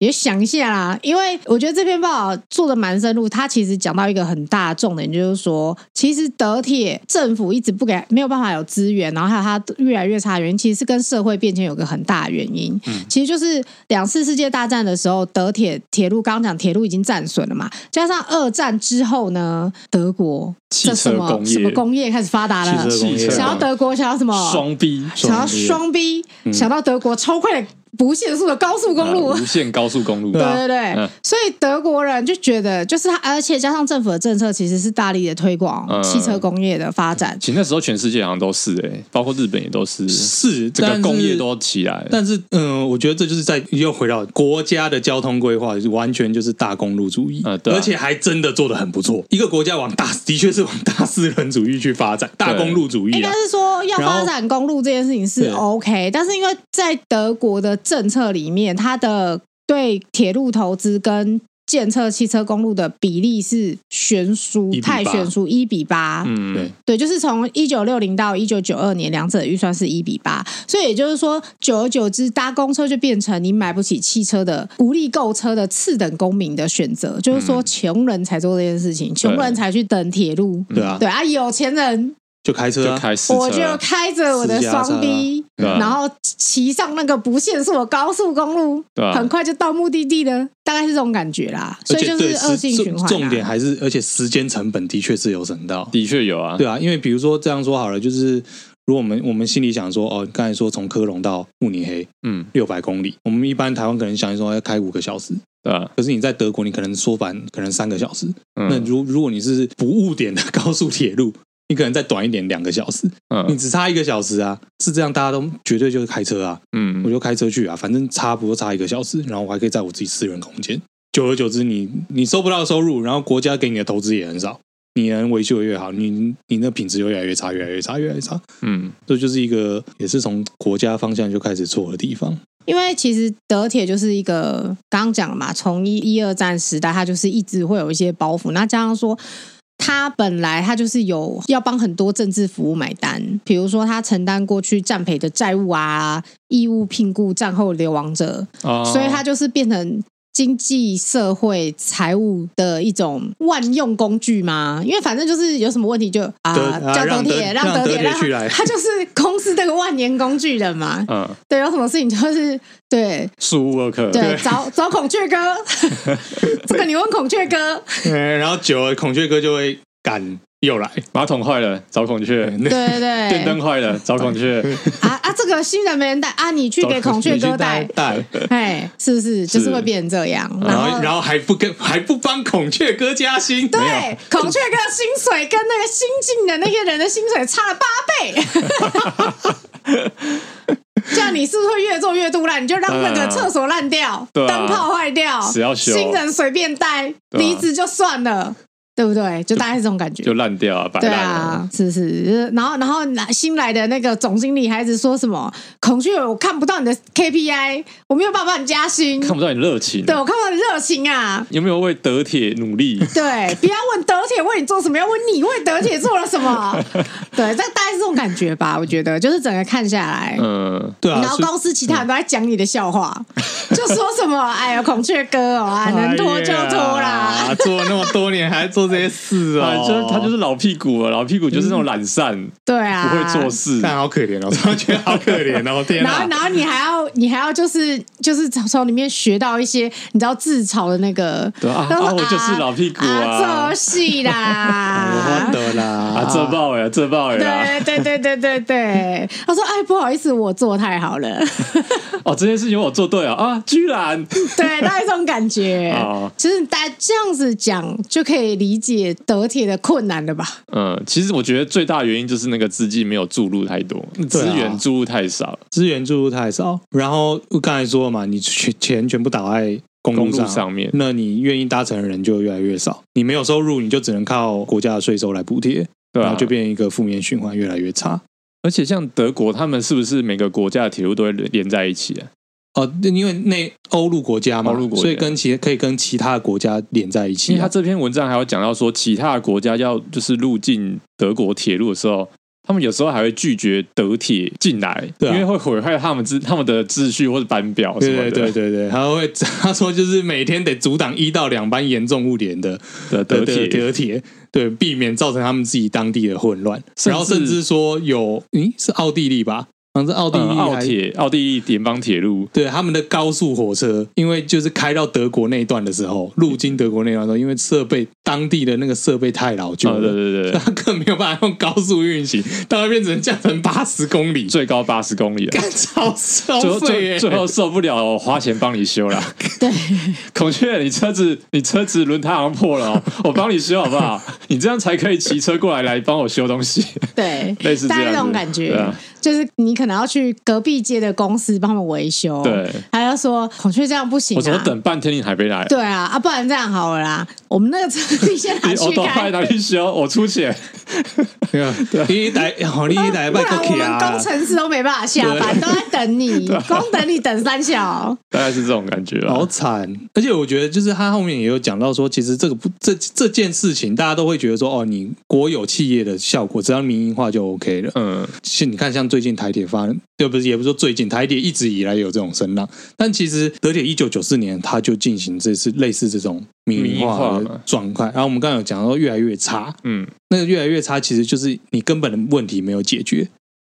Speaker 3: 也想一下啦，因为我觉得这篇报道做的蛮深入，它其实讲到一个很大的重点，就是说，其实德铁政府一直不给，没有办法有资源，然后还有它越来越差的原因，其实是跟社会变迁有个很大的原因。其实就是两次世界大战的时候，德铁铁路刚刚讲铁路已经战损了嘛，加上二战之后呢，德国
Speaker 2: 汽
Speaker 3: 这什
Speaker 2: 车
Speaker 3: 么
Speaker 2: 工业
Speaker 3: 什么工业开始发达了，
Speaker 1: 汽车工业
Speaker 2: 汽车
Speaker 3: 想要德国想要什么
Speaker 2: 双逼
Speaker 3: 想要双逼，想到德国超快的不限速的高速公路。
Speaker 2: 啊无限高速公路，
Speaker 3: 对啊对对，
Speaker 2: 嗯
Speaker 3: 所以德国人就觉得，就是他，而且加上政府的政策，其实是大力的推广
Speaker 2: 嗯
Speaker 3: 汽车工业的发展。
Speaker 2: 其实那时候全世界好像都是哎、包括日本也都是，
Speaker 1: 是
Speaker 2: 整个工业。
Speaker 1: 但是
Speaker 2: 都起来了。
Speaker 1: 但是，嗯、我觉得这就是在又回到国家的交通规划，就是完全就是大公路主义，
Speaker 2: 呃对啊
Speaker 1: 而且还真的做的很不错。一个国家往大，的确是往大私人主义去发展，大公路主义
Speaker 3: 应
Speaker 1: 啊
Speaker 3: 该，是说要发展公路这件事情是
Speaker 1: 然
Speaker 3: OK，但是因为在德国的政策里面，它的对铁路投资跟建设汽车公路的比例是悬殊
Speaker 1: 1，比
Speaker 3: 太
Speaker 1: 8
Speaker 3: 悬殊，一比八。
Speaker 2: 嗯，
Speaker 1: 对
Speaker 3: 对，就是从一九六零到一九九二年，两者的预算是一比八，所以也就是说，久而久之，搭公车就变成你买不起汽车的无力购车的次等公民的选择，就是说穷人才做这件事情，穷人才去等铁路。
Speaker 2: 嗯
Speaker 1: 对啊，
Speaker 3: 对啊，有钱人
Speaker 1: 就开车、
Speaker 2: 就
Speaker 1: 啊，
Speaker 2: 开私
Speaker 3: 我就
Speaker 2: 车，
Speaker 3: 开着我的
Speaker 1: 私家车
Speaker 3: 双
Speaker 1: 啊
Speaker 3: 逼，
Speaker 2: 对啊
Speaker 3: 然后骑上那个不限速的高速公路，
Speaker 2: 对啊
Speaker 3: 很快就到目的地了，大概是这种感觉啦。所
Speaker 1: 而
Speaker 3: 以
Speaker 1: 且
Speaker 3: 就
Speaker 1: 对
Speaker 3: 是恶
Speaker 1: 时
Speaker 3: 性循环、啊。
Speaker 1: 重重点还是，而且时间成本的确是有省到，
Speaker 2: 的确有啊，
Speaker 1: 对啊，因为比如说这样说好了，就是如果我们我们心里想说，哦，刚才说从科隆到慕尼黑
Speaker 2: 嗯，
Speaker 1: 六百公里，我们一般台湾可能想说要开五个小时，
Speaker 2: 对啊，
Speaker 1: 可是你在德国，你可能说反可能三个小时。那
Speaker 2: 嗯，
Speaker 1: 如如果你是不误点的高速铁路，你可能再短一点两个小时，你
Speaker 2: 嗯
Speaker 1: 只差一个小时啊，是这样，大家都绝对就是开车啊，我
Speaker 2: 嗯，
Speaker 1: 就开车去啊，反正差不多差一个小时，然后我还可以在我自己私人空间。久而久之你，你收不到收入，然后国家给你的投资也很少，你能维修的越好，你你那品质就越来越差，越来越差，越来越差。
Speaker 2: 嗯，
Speaker 1: 这就是一个也是从国家方向就开始错的地方。
Speaker 3: 因为其实德铁就是一个刚刚讲了嘛，从一一二战时代，它就是一直会有一些包袱。那加上说，它本来它就是有要帮很多政治服务买单，比如说它承担过去战赔的债务啊、义务聘雇战后流亡者，
Speaker 2: 哦，
Speaker 3: 所以它就是变成。经济社会财务的一种万用工具嘛，因为反正就是有什么问题就啊
Speaker 1: 德啊
Speaker 3: 叫德
Speaker 1: 让德
Speaker 3: 铁，让
Speaker 1: 让
Speaker 3: 德
Speaker 1: 德
Speaker 3: 铁，
Speaker 1: 铁
Speaker 3: 让
Speaker 1: 去来哦
Speaker 3: 他就是公司这个万年工具人嘛。
Speaker 2: 嗯，
Speaker 3: 对，有什么事情就是对
Speaker 2: 数 work，
Speaker 3: 对，找找孔雀 哥，这个你问孔雀哥，
Speaker 1: 嗯， 然后久了，孔雀哥就会赶又来。
Speaker 2: 马桶坏了找 孔雀，
Speaker 3: 对对
Speaker 2: 电
Speaker 3: 对
Speaker 2: 灯，坏了找孔雀，
Speaker 3: 啊啊，这个新人没人带啊，你去给孔雀
Speaker 1: 你去
Speaker 3: 哥带，
Speaker 1: 带，哦
Speaker 3: 哎，是不是就是
Speaker 2: 是
Speaker 3: 会变成这样？
Speaker 1: 然
Speaker 3: 后
Speaker 1: 后然后还不跟还不帮孔雀哥加薪，
Speaker 3: 对，孔雀哥薪水跟那个新进的那些人的薪水差了八倍。 这样你是不是会越做越肚烂？你就让那个厕所烂掉，
Speaker 2: 对啊
Speaker 3: 灯泡坏掉，
Speaker 2: 死要修
Speaker 3: 新人随便带，
Speaker 2: 对啊
Speaker 3: 离职就算了，对不对？就大概是这种感觉
Speaker 2: 就。烂掉啊，摆
Speaker 3: 对
Speaker 2: 烂了，
Speaker 3: 啊，是不是，然后然后来新来的那个总经理还一直说什么孔雀，我看不到你的 KPI，我没有办法帮你加薪，
Speaker 2: 看不到你热情，啊
Speaker 3: 对我看不到你的热情啊，
Speaker 2: 有没有为德铁努力？
Speaker 3: 对，不要问德铁为你做什么，要问你为德铁做了 什么。对，这大概是这种感觉吧，我觉得就是整个看下来。
Speaker 2: 嗯，
Speaker 1: 对啊，
Speaker 3: 然后
Speaker 1: 所以
Speaker 3: 公司其他人都在讲你的笑话， 就说什么“哎呀，孔雀哥哦，啊，能拖就拖
Speaker 1: 哎
Speaker 3: 啦
Speaker 1: 呀做了那么多年还做这些事
Speaker 2: 啊，
Speaker 1: 哦，
Speaker 2: 就是他就是老屁股了，老屁股就是那种懒散，”，
Speaker 3: 对啊，
Speaker 2: 不会做。事，
Speaker 1: 看好可怜哦，突 然觉得好可怜 哦，天
Speaker 3: 然后，
Speaker 1: 哪！
Speaker 3: 然后你还要，你还要就是就是从里面学到一些你知道自嘲的那个，
Speaker 2: 对啊
Speaker 3: 然后
Speaker 2: 啊
Speaker 3: 说
Speaker 2: 我就是老屁股啊
Speaker 3: 啊，做 戏啦，
Speaker 1: 我的
Speaker 2: 啊，
Speaker 1: 啦，
Speaker 2: 这爆呀，这爆呀！
Speaker 3: 对对对对对对，他说：“哎，不好意思，我做太好了。
Speaker 2: 哦，这件事情我做对了啊，居然
Speaker 3: 对”大概这种感觉
Speaker 2: 哦。
Speaker 3: 其实大家这样子讲，就可以理解德铁的困难了吧？
Speaker 2: 嗯，其实我觉得最大原因就是那个资金没有注入太多，资
Speaker 1: 对啊
Speaker 2: 源注入太少，
Speaker 1: 资源注入太少。哦然后刚才说了嘛，你钱钱全部打在公
Speaker 2: 公
Speaker 1: 路
Speaker 2: 路
Speaker 1: 上，
Speaker 2: 上面，
Speaker 1: 那你愿意搭乘的人就越来越少。你没有收入，你就只能靠国家的税收来补贴，
Speaker 2: 对
Speaker 1: 然
Speaker 2: 啊
Speaker 1: 后，就变成一个负面循环，越来越差。
Speaker 2: 而且像德国，他们是不是每个国家的铁路都会连在一起啊？
Speaker 1: 哦，因为那欧陆国家嘛，
Speaker 2: 欧陆国家
Speaker 1: 所以跟其可以跟其他国家连在一
Speaker 2: 因
Speaker 1: 起、
Speaker 2: 为他
Speaker 1: 啊。
Speaker 2: 这篇文章还有讲到说，其他的国家要就是入境德国铁路的时候，他们有时候还会拒绝德铁进来，
Speaker 1: 对啊
Speaker 2: 因为会毁坏他们秩他们的秩序或者班表什
Speaker 1: 对
Speaker 2: 么的。
Speaker 1: 对对对对，他会 他说就是每天得阻挡一到两班严重误点的
Speaker 2: 的德铁
Speaker 1: 德铁，对，避免造成他们自己当地的混乱。
Speaker 2: 甚至
Speaker 1: 然后甚至说有，咦，是奥地利吧？好像是奥地利
Speaker 2: 呃，奥
Speaker 1: 还
Speaker 2: 铁、奥地利联邦铁路，
Speaker 1: 对他们的高速火车，因为就是开到德国那一段的时候，路经德国那一段的时候，因为设备当地的那个设备太老旧
Speaker 2: 啊，
Speaker 1: 了，
Speaker 2: 对对
Speaker 1: 所
Speaker 2: 对
Speaker 1: 以
Speaker 2: 对，
Speaker 1: 他更没有办法用高速运行，到那边只能降成八十公里，
Speaker 2: 最高八十公里了。
Speaker 1: 干超超
Speaker 2: 最后
Speaker 1: 费耶、
Speaker 2: 最最后受不了，我花钱帮你修 啦。
Speaker 3: 对，
Speaker 2: 孔雀，你车子你车子轮胎好像 破了、哦，我帮你修好不好？你这样才可以骑车过来来帮我修 东西，
Speaker 3: 对，
Speaker 2: 类似这
Speaker 3: 大
Speaker 2: 样
Speaker 3: 概
Speaker 2: 子
Speaker 3: 那种感觉，
Speaker 2: 对啊
Speaker 3: 就是你可能要去隔壁街的公司帮他们维修，
Speaker 2: 对，
Speaker 3: 还要说孔雀这样不行、啊，
Speaker 2: 我怎么等半天你还没来？
Speaker 3: 对啊，啊，不然这样好了啦，我们那个车你 先拿
Speaker 2: 你欧
Speaker 3: 去
Speaker 2: 都派
Speaker 3: 开，
Speaker 2: 拿 去修，我出钱。啊
Speaker 1: 对你一台，好，你一台
Speaker 3: 不
Speaker 1: 拜
Speaker 3: 然
Speaker 1: 托
Speaker 3: 我
Speaker 1: 去
Speaker 3: 们
Speaker 1: 啊
Speaker 3: 工！程师都没办法下班，都在 等你，
Speaker 2: 啊
Speaker 3: 光等你等三小。
Speaker 2: 大概是这种感觉吧
Speaker 1: 好。惨，而且我觉得就是他后面也有讲到说，其实这个不这这件事情，大家都会觉得说，哦，你国有企业的效果，只要民营化就 OK 了。
Speaker 2: 嗯，
Speaker 1: 是你看，像最近台铁发，对不是，也不是说最近台铁一直以来有这种声浪，但其实德铁一九九四年它就进行这次类似这种民营化
Speaker 2: 民营化嘛
Speaker 1: 的状态，然后我们刚刚有讲到越来越差，
Speaker 2: 嗯，
Speaker 1: 那个越来越差，其实就是你根本的问题没有解决，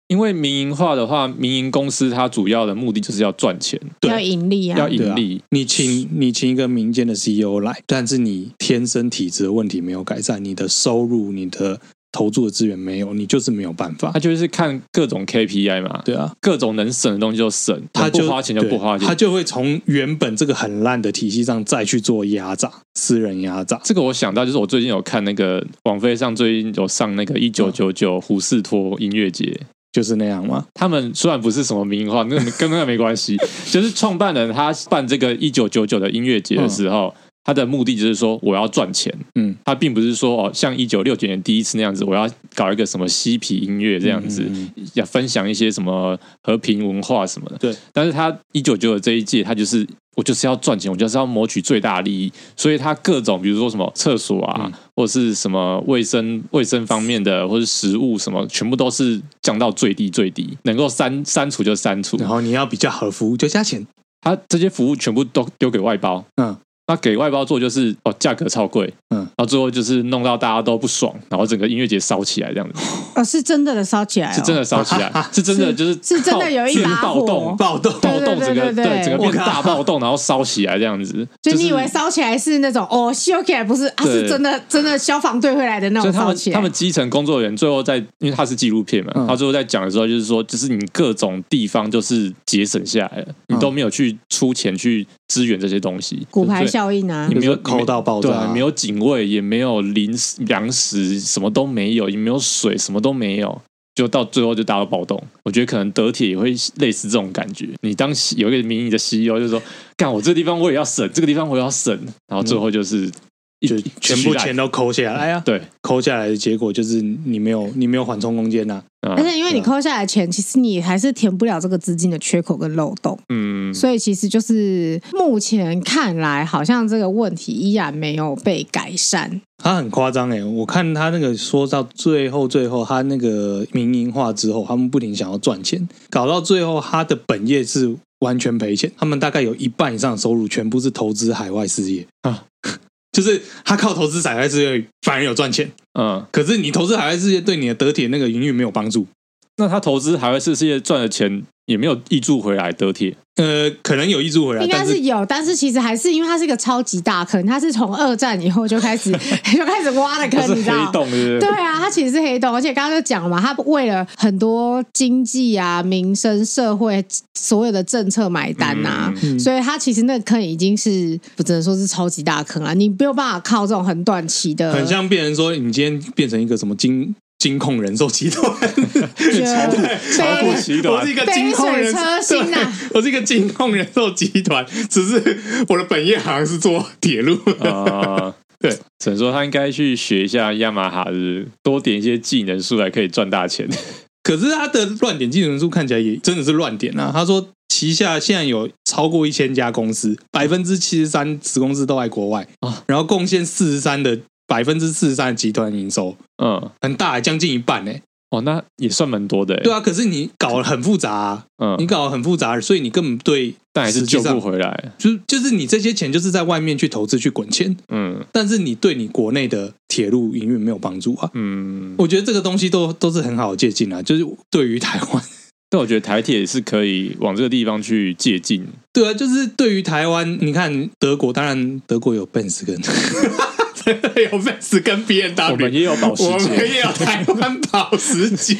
Speaker 2: 因为民营化的话，民营公司它主要的目的就是要赚钱，
Speaker 1: 对
Speaker 3: 要盈利啊
Speaker 2: 要！盈利
Speaker 1: 对啊。你请你请一个民间的 CEO 来，但是你天生体质的问题没有改善，你的收入、你的投注的资源没有，你就是没有办法
Speaker 2: 它。就是看各种 KPI 嘛，
Speaker 1: 对啊，
Speaker 2: 各种能省的东西就省，
Speaker 1: 他
Speaker 2: 能
Speaker 1: 就
Speaker 2: 不花钱就
Speaker 1: 对
Speaker 2: 不花钱
Speaker 1: 他。就会从原本这个很烂的体系上再去做压榨，私人压榨。
Speaker 2: 这个我想到，就是我最近有看那个网飞上最近有上那个
Speaker 1: 嗯
Speaker 2: 一九九九胡士托音乐节，
Speaker 1: 就是那样嘛。
Speaker 2: 他们虽然不是什么民营化，那 个跟那个没关系，就是创办人他办这个一九九九的音乐节的时候。他的目的就是说，我要赚钱。
Speaker 1: 嗯，
Speaker 2: 他并不是说哦，像一九六九年第一次那样子，我要搞一个什么嬉皮音乐这样子，
Speaker 1: 嗯
Speaker 2: 要分享一些什么和平文化什么的。
Speaker 1: 对，
Speaker 2: 但是他一九九九这一届，他就是我就是要赚钱，我就是要谋取最大利益，所以他各种比如说什么厕所啊，
Speaker 1: 嗯
Speaker 2: 或者是什么卫生卫生方面的，或是食物什么，全部都是降到最低最低，能够删删除就删除。
Speaker 1: 然后你要比较好的服务就加钱，
Speaker 2: 他这些服务全部都丢给外包，
Speaker 1: 嗯，
Speaker 2: 那给外包做就是哦，价格超贵，
Speaker 1: 嗯
Speaker 2: 然后最后就是弄到大家都不爽，然后整个音乐节烧起来这样子。
Speaker 3: 哦，是真的的烧起来、哦，
Speaker 2: 是真的烧起来， 是真的就是
Speaker 3: 是真的有一
Speaker 2: 靠
Speaker 3: 把
Speaker 2: 自暴动
Speaker 3: 火
Speaker 1: 暴 动。
Speaker 3: 对
Speaker 2: 暴动，整个
Speaker 3: 对对
Speaker 2: 对整个
Speaker 1: 我
Speaker 2: 变
Speaker 1: 靠
Speaker 2: 大暴动，然后烧起来这样子。
Speaker 3: 就是你以为烧起来是那种哦，修起来不是啊，
Speaker 2: 对
Speaker 3: 是真的真的消防队会来的那
Speaker 2: 所
Speaker 3: 种
Speaker 2: 以他
Speaker 3: 烧
Speaker 2: 们
Speaker 3: 起来。
Speaker 2: 他们基层工作人员最后在，因为他是纪录片嘛，
Speaker 1: 嗯
Speaker 2: 他最后在讲的时候就是说，就是你各种地方就是节省下来了，
Speaker 1: 嗯
Speaker 2: 你都没有去出钱去支援这些东西，
Speaker 3: 骨牌
Speaker 2: 对
Speaker 3: 效应啊
Speaker 2: 你，没有
Speaker 1: 就是抠到爆炸
Speaker 2: 对啊，没有警卫，也没有零食、粮食，什么都没有，也没有水，什么都没有，就到最后就大到暴动。我觉得可能德铁也会类似这种感觉。你当有一个民营的 CEO 就说：“干，我这地方我也要省，这个地方我也要省。”然后最后就是一、
Speaker 1: 嗯就
Speaker 2: 一哎
Speaker 1: 全部钱都抠下来啊！
Speaker 2: 对，
Speaker 1: 抠下来的结果就是你没有你没有缓冲空间呐、
Speaker 2: 啊
Speaker 3: 而且因为你扣下来钱，其实你还是填不了这个资金的缺口跟漏洞，
Speaker 2: 嗯，
Speaker 3: 所以其实就是目前看来，好像这个问题依然没有被改善。
Speaker 1: 他很夸张哎，我看他那个说到最后，最后他那个民营化之后，他们不停想要赚钱，搞到最后他的本业是完全赔钱，他们大概有一半以上的收入全部是投资海外事业
Speaker 2: 啊，
Speaker 1: 就是他靠投资海外事业反而有赚钱，
Speaker 2: 嗯，
Speaker 1: 可是你投资海外事业对你的德铁那个营运没有帮助，
Speaker 2: 那他投资海外世界赚的钱也没有溢注回来德铁，
Speaker 1: 呃，可能有益助回
Speaker 2: 啊
Speaker 1: 来，
Speaker 3: 应该
Speaker 1: 但
Speaker 3: 是有，但是其实还是因为它是一个超级大坑，它是从二战以后就开 始就开始挖的
Speaker 2: 它是
Speaker 3: 坑，你知道
Speaker 2: 黑。洞，对不
Speaker 3: 对？啊，它其实是黑洞，而且刚刚就讲了嘛，它为了很多经济啊、民生、社会所有的政策买单呐、啊，
Speaker 1: 嗯
Speaker 3: 所以它其实那个坑已经是不只能说是超级大坑啊，你没有办法靠这种很短期的，
Speaker 1: 很像变成说你今天变成一个什么金金控人寿集团，
Speaker 3: 就
Speaker 2: 超过
Speaker 3: 被
Speaker 2: 极
Speaker 1: 我
Speaker 2: 端
Speaker 1: 是一，个金
Speaker 3: 杯
Speaker 1: 控
Speaker 3: 水
Speaker 1: 人寿，
Speaker 3: 车薪啊。
Speaker 1: 我是一个金控人寿集团，只是我的本业好像是做铁路。
Speaker 2: 啊，
Speaker 1: 对，
Speaker 2: 只能说他应该去学一下雅马哈，就是多点一些技能出来，可以赚大钱。
Speaker 1: 可是他的乱点技能数看起来也真的是乱点啊！他说旗下现在有超过一千家公司，百分之七十三子公司都在国外
Speaker 2: 啊
Speaker 1: 然后贡献四十三的百分之四十三的集团营收，欸
Speaker 2: 嗯，
Speaker 1: 很大，将近一半呢。
Speaker 2: 哦，那也算蛮多的、欸。
Speaker 1: 对
Speaker 2: 啊，
Speaker 1: 啊，可是你搞得很复杂、啊，你
Speaker 2: 嗯，
Speaker 1: 搞得很复杂，所以你根本对，
Speaker 2: 但还是
Speaker 1: 实际
Speaker 2: 救
Speaker 1: 上
Speaker 2: 不回来。
Speaker 1: 就就是你这些钱就是在外面去投资去滚钱，
Speaker 2: 嗯
Speaker 1: 但是你对你国内的铁路营运没有帮助啊。
Speaker 2: 嗯，
Speaker 1: 我觉得这个东西都都是很好的借鉴啊，就是对于台湾，
Speaker 2: 但我觉得台铁也是可以往这个地方去借鉴。
Speaker 1: 对啊，就是对于台湾，你看德国，当然德国有 Benz 跟有 Benz 跟 B N
Speaker 2: 我
Speaker 1: W，
Speaker 2: 们也有保时
Speaker 1: 我们
Speaker 2: 捷，
Speaker 1: 也有台湾保时捷，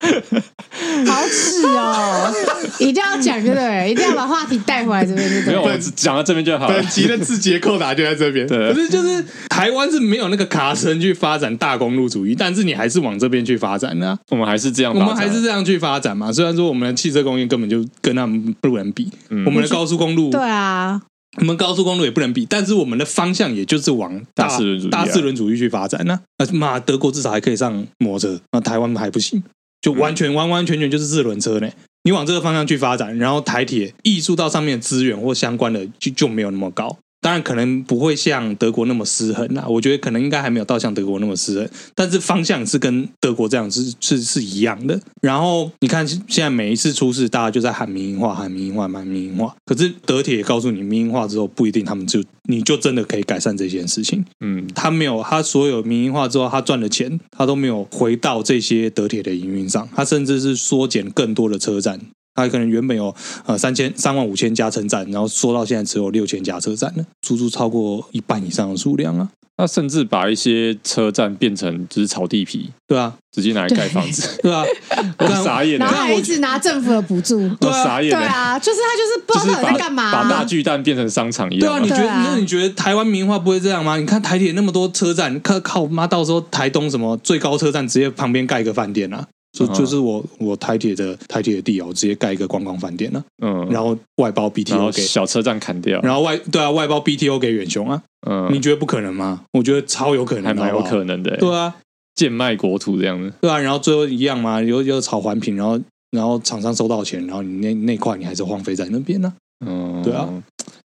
Speaker 3: 好耻哦！一定要讲，对不对？一定要把话题带回来这边，对不
Speaker 2: 没有，
Speaker 3: 对？
Speaker 2: 我们只讲到这边就好了
Speaker 1: 本。集的字节扣打就在这边。
Speaker 2: 对
Speaker 1: 可是就是台湾是没有那个卡声去发展大公路主义，但是你还是往这边去发展呢、
Speaker 2: 我们还是这样
Speaker 1: 我
Speaker 2: 发展，
Speaker 1: 们还是这样去发展嘛。虽然说我们的汽车工业根本就跟他们不能比，
Speaker 2: 嗯
Speaker 1: 我们的高速公路，
Speaker 3: 对啊，
Speaker 1: 我们高速公路也不能比，但是我们的方向也就是往
Speaker 2: 大四轮主义啊
Speaker 1: 大四轮主义去发展呢、啊。妈，德国至少还可以上摩托车，那台湾还不行，就完全、完完全全就是四轮车呢。你往这个方向去发展，然后台铁溢出到上面的资源或相关的就就没有那么高。当然，可能不会像德国那么失衡啦、我觉得可能应该还没有到像德国那么失衡，但是方向是跟德国这样是是是一样的。然后你看现在每一次出事，大家就在喊民营化、喊民营化、喊民营化。可是德铁也告诉你，民营化之后不一定他们就你就真的可以改善这件事情。
Speaker 2: 嗯，
Speaker 1: 他没有，他所有民营化之后，他赚的钱，他都没有回到这些德铁的营运上，他甚至是缩减更多的车站。他可能原本有呃三千三万五千家车站，然后缩到现在只有六千家车站了，足足超过一半以上的数量啊，
Speaker 2: 那甚至把一些车站变成就是草地皮，
Speaker 1: 对啊，
Speaker 2: 直接拿来盖房子，
Speaker 1: 对啊， 啊
Speaker 2: 我
Speaker 1: 干
Speaker 2: 傻眼
Speaker 3: 然
Speaker 2: 了
Speaker 3: 后，还一直拿政府的补助，
Speaker 2: 我
Speaker 1: 对啊
Speaker 2: 傻
Speaker 3: 对
Speaker 2: 眼了，
Speaker 3: 啊，就是他就是不
Speaker 2: 就
Speaker 3: 知
Speaker 2: 是
Speaker 3: 道到底
Speaker 2: 把
Speaker 3: 在干嘛
Speaker 2: 把大
Speaker 3: 啊。
Speaker 2: 巨蛋变成商场一
Speaker 1: 对啊，
Speaker 2: 样嘛，
Speaker 1: 你觉得、
Speaker 3: 对啊
Speaker 1: 那你觉得台湾民营化不会这样吗？你看台铁那么多车站，靠靠妈，到时候台东什么最高车站直接旁边盖一个饭店啊，就
Speaker 2: 嗯
Speaker 1: 就是我我台铁的台铁的地啊，我直接盖一个观光饭店啊，
Speaker 2: 嗯，
Speaker 1: 然后外包
Speaker 2: 然
Speaker 1: BTO
Speaker 2: 后
Speaker 1: 给
Speaker 2: 小车站砍掉，
Speaker 1: 然后外对啊，外包 BTO 给远雄啊，你
Speaker 2: 嗯，
Speaker 1: 觉得不可能吗？我觉得超有可能，
Speaker 2: 还蛮有
Speaker 1: 好不好
Speaker 2: 可能的欸，
Speaker 1: 对啊，
Speaker 2: 贱卖国土这样子，
Speaker 1: 对啊，然后最后一样嘛，有有炒环评，然后然后厂商收到钱，然后你那那块你还是荒废在那边呢、
Speaker 2: 嗯，
Speaker 1: 对啊，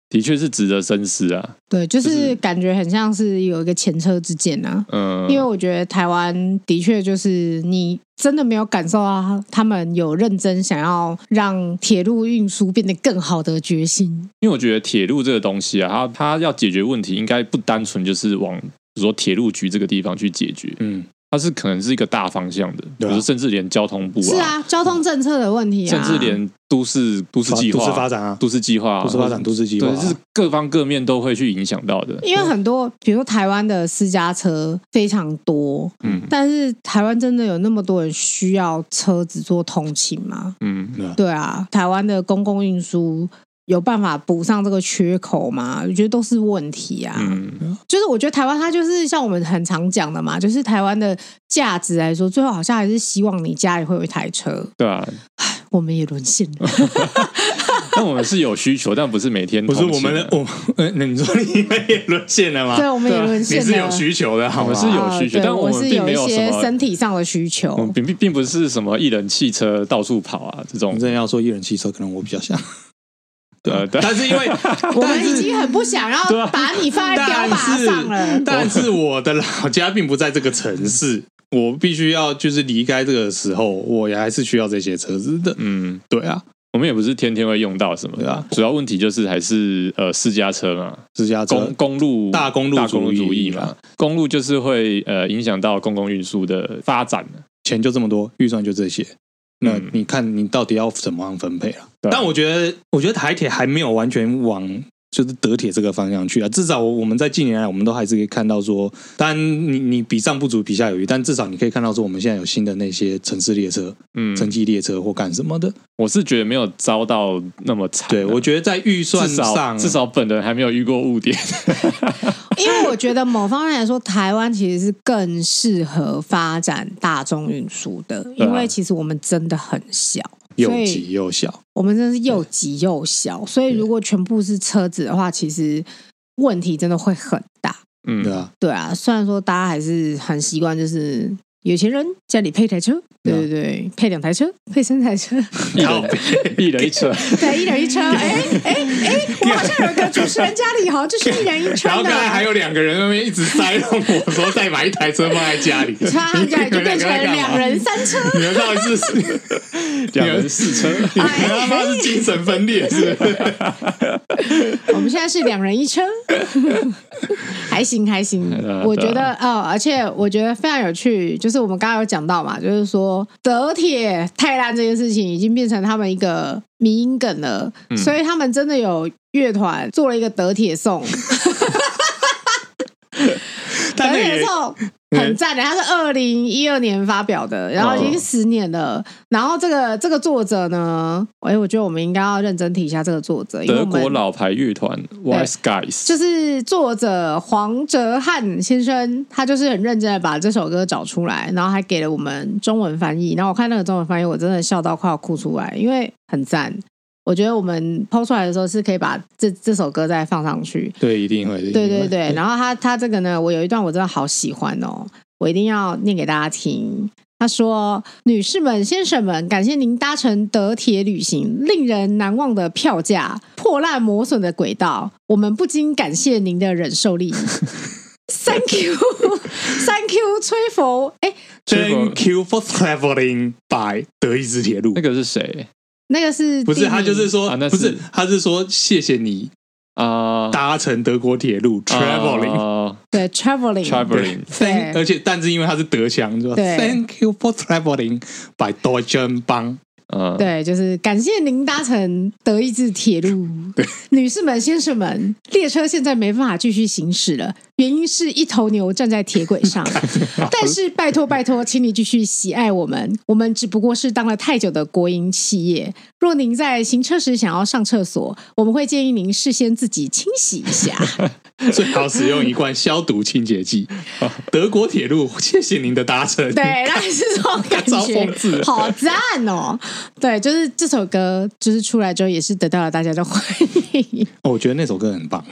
Speaker 2: 的确是值得深思啊，
Speaker 3: 对，就
Speaker 2: 就是是
Speaker 3: 感觉很像是有一个前车之鉴啊。
Speaker 2: 嗯，
Speaker 3: 因为我觉得台湾的确就是你真的没有感受到他们有认真想要让铁路运输变得更好的决心。
Speaker 2: 因为我觉得铁路这个东西啊，它它要解决问题，应该不单纯就是往比如说铁路局这个地方去解决，
Speaker 1: 嗯，
Speaker 2: 它是可能是一个大方向的，比
Speaker 1: 对啊
Speaker 2: 如说甚至连交通部
Speaker 3: 是啊，交通政策的问题啊，
Speaker 2: 甚至嗯连都市都市计
Speaker 1: 都市发
Speaker 2: 划、
Speaker 1: 展啊，
Speaker 2: 都市计划、
Speaker 1: 都市发展、都市计划啊、
Speaker 2: 对，就是各方各面都会去影响到的。
Speaker 3: 因为很多，比如说台湾的私家车非常多，
Speaker 2: 嗯
Speaker 3: 但是台湾真的有那么多人需要车子做通勤吗？
Speaker 2: 嗯，
Speaker 1: 对啊
Speaker 3: 对啊，台湾的公共运输有办法补上这个缺口吗？我觉得都是问题啊。
Speaker 2: 嗯，
Speaker 3: 就是我觉得台湾它就是像我们很常讲的嘛，就是台湾的价值来说，最后好像还是希望你家里会有一台车。
Speaker 2: 对啊。
Speaker 3: 我们也沦陷 了，
Speaker 2: 但我们是有需求，但不是每天
Speaker 1: 不
Speaker 2: 通
Speaker 1: 是
Speaker 2: 勤啊。
Speaker 1: 我们的 我，呃那你说你们也沦陷了吗？
Speaker 3: 对，我们也
Speaker 1: 啊
Speaker 3: 沦陷了。
Speaker 1: 你是有需求的，好吗？
Speaker 2: 我是有需求
Speaker 3: 啊对
Speaker 2: 但我
Speaker 3: 我
Speaker 2: 们
Speaker 3: 是
Speaker 2: 并
Speaker 3: 有
Speaker 2: 没
Speaker 3: 一
Speaker 2: 有
Speaker 3: 些
Speaker 2: 什么
Speaker 3: 身体上的需
Speaker 1: 哦
Speaker 2: 我
Speaker 3: 求
Speaker 2: 嗯们。并并并不是什么一人汽车到处跑啊这种
Speaker 1: 你。真的要说一人汽车，可能我比较像，对啊
Speaker 2: 呃，但
Speaker 1: 但是因为
Speaker 3: 我
Speaker 1: 但
Speaker 3: 们已
Speaker 1: 是
Speaker 3: 经很不想要
Speaker 2: 对啊
Speaker 3: 把你放在标
Speaker 1: 但
Speaker 3: 靶
Speaker 1: 是
Speaker 3: 上了。
Speaker 1: 但是我的老家并不在这个城市，我必须要就是离开这个时候，我也还是需要这些车子的。
Speaker 2: 嗯，
Speaker 1: 对啊，
Speaker 2: 我们也不是天天会用到什么
Speaker 1: 对啊
Speaker 2: 的。主要问题就是还是呃私家车嘛，
Speaker 1: 私家车
Speaker 2: 公公路
Speaker 1: 啊大公路
Speaker 2: 大公路
Speaker 1: 主
Speaker 2: 主
Speaker 1: 义
Speaker 2: 义嘛，公路就是会呃影响到公共运输的发展，啊
Speaker 1: 钱就这么多，预算就这些。那
Speaker 2: 嗯
Speaker 1: 你看你到底要怎么样分配了、
Speaker 2: 对啊
Speaker 1: 但我觉得，我觉得台铁还没有完全往就是德铁这个方向去啊。至少我们在近年来，我们都还是可以看到说，当然你你比上不足，比下有余，但至少你可以看到说，我们现在有新的那些城市列车、
Speaker 2: 嗯，
Speaker 1: 城际列车或干什么的。
Speaker 2: 我是觉得没有遭到那么惨啊、
Speaker 1: 对，我觉得在预算
Speaker 2: 至少
Speaker 1: 上，
Speaker 2: 至少本人还没有遇 过误点。
Speaker 3: 因为我觉得某方面来说，台湾其实是更适合发展大众运输的，
Speaker 2: 对啊
Speaker 3: 因为其实我们真的很小，
Speaker 1: 又
Speaker 3: 所以
Speaker 1: 挤又小。
Speaker 3: 我们真的是又挤又小，所以如果全部是车子的话，其实问题真的会很大。
Speaker 2: 嗯，
Speaker 1: 对啊，
Speaker 3: 对啊，虽然说大家还是很习惯就是有钱人家里配一台车，对
Speaker 1: 啊
Speaker 3: 对对，配两台车，配三台车，
Speaker 2: 一人一人一 车，
Speaker 3: 对，一人一车。哎哎哎，我好像有一个主持人家里好像就是一人一 车
Speaker 1: 然后刚才还
Speaker 3: 的。
Speaker 1: 有两个人在那边一直塞弄我说再买一台车放在家 里，
Speaker 3: 他们家里就变成两人三车，
Speaker 1: 你们到底是
Speaker 2: 两人四车，
Speaker 1: 你
Speaker 3: 哎
Speaker 1: 们他妈是精神分裂是不是？
Speaker 3: 我们现在是两人一车， 还行还行
Speaker 2: 对啊，
Speaker 3: 我觉
Speaker 2: 对
Speaker 3: 得哦，而且我觉得非常有趣，就是我们刚刚有讲到嘛，就是说德铁泰烂这件事情已经变成他们一个迷因梗了，
Speaker 2: 嗯
Speaker 3: 所以他们真的有乐团做了一个德 铁颂，德
Speaker 1: 但那
Speaker 3: 铁
Speaker 1: 个
Speaker 3: 颂。很赞的，它是二零一二年发表的，然后已经十年
Speaker 2: 哦
Speaker 3: 了。然后这个这个作者呢，哎，我觉得我们应该要认真提一下这个作者，因为
Speaker 2: 德
Speaker 3: 我们
Speaker 2: 国老牌乐团 Wise Guys，
Speaker 3: 就是作者黄哲瀚先生，他就是很认真的把这首歌找出来，然后还给了我们中文翻译。然后我看那个中文翻译，我真的笑到快要哭出来，因为很赞。我觉得我们抛出来的时候是可以把这这首歌再放上去。
Speaker 1: 对，一定会，
Speaker 3: 对对对，然后他他这个呢，我有一段我真的好喜欢哦，我一定要念给大家听。他说：“女士们、先生们，感谢您搭乘德铁旅行，令人难忘的票价，破烂磨损的轨道，我们不禁感谢您的忍 受力。Thank you, Thank you，吹佛。哎，
Speaker 1: Thank you for traveling by 德意志铁路
Speaker 2: 那。个是谁
Speaker 3: 那个是
Speaker 1: 不是，
Speaker 3: 地
Speaker 1: 他
Speaker 3: 名
Speaker 1: 就是说
Speaker 2: 啊，那
Speaker 1: 不是
Speaker 2: 是，
Speaker 1: 他是说谢谢你
Speaker 2: 啊
Speaker 1: 搭乘德国铁路 traveling。
Speaker 2: 啊
Speaker 3: 对
Speaker 2: 哦
Speaker 3: traveling
Speaker 2: traveling
Speaker 1: 对，而且但是因为他是德强，说
Speaker 3: 对
Speaker 1: Thank you for traveling by Deutsche Bahn。
Speaker 2: 嗯，
Speaker 3: 对，就是感谢您搭乘德意志铁路。女士们、先生们，列车现在没办法继续行驶了，原因是一头牛站在铁轨上。但是拜托拜托，请你继续喜爱我们，我们只不过是当了太久的国营企业。若您在行车时想要上厕所，我们会建议您事先自己清洗一下。
Speaker 1: 最好使用一罐消毒清洁 剂。德国铁路，谢谢您的搭乘。
Speaker 3: 对，那是这种感
Speaker 1: 招疯
Speaker 3: 觉
Speaker 1: 子，
Speaker 3: 好赞哦！对，就是这首歌，就是出来之后也是得到了大家的欢迎。
Speaker 1: 哦，我觉得那首歌很棒。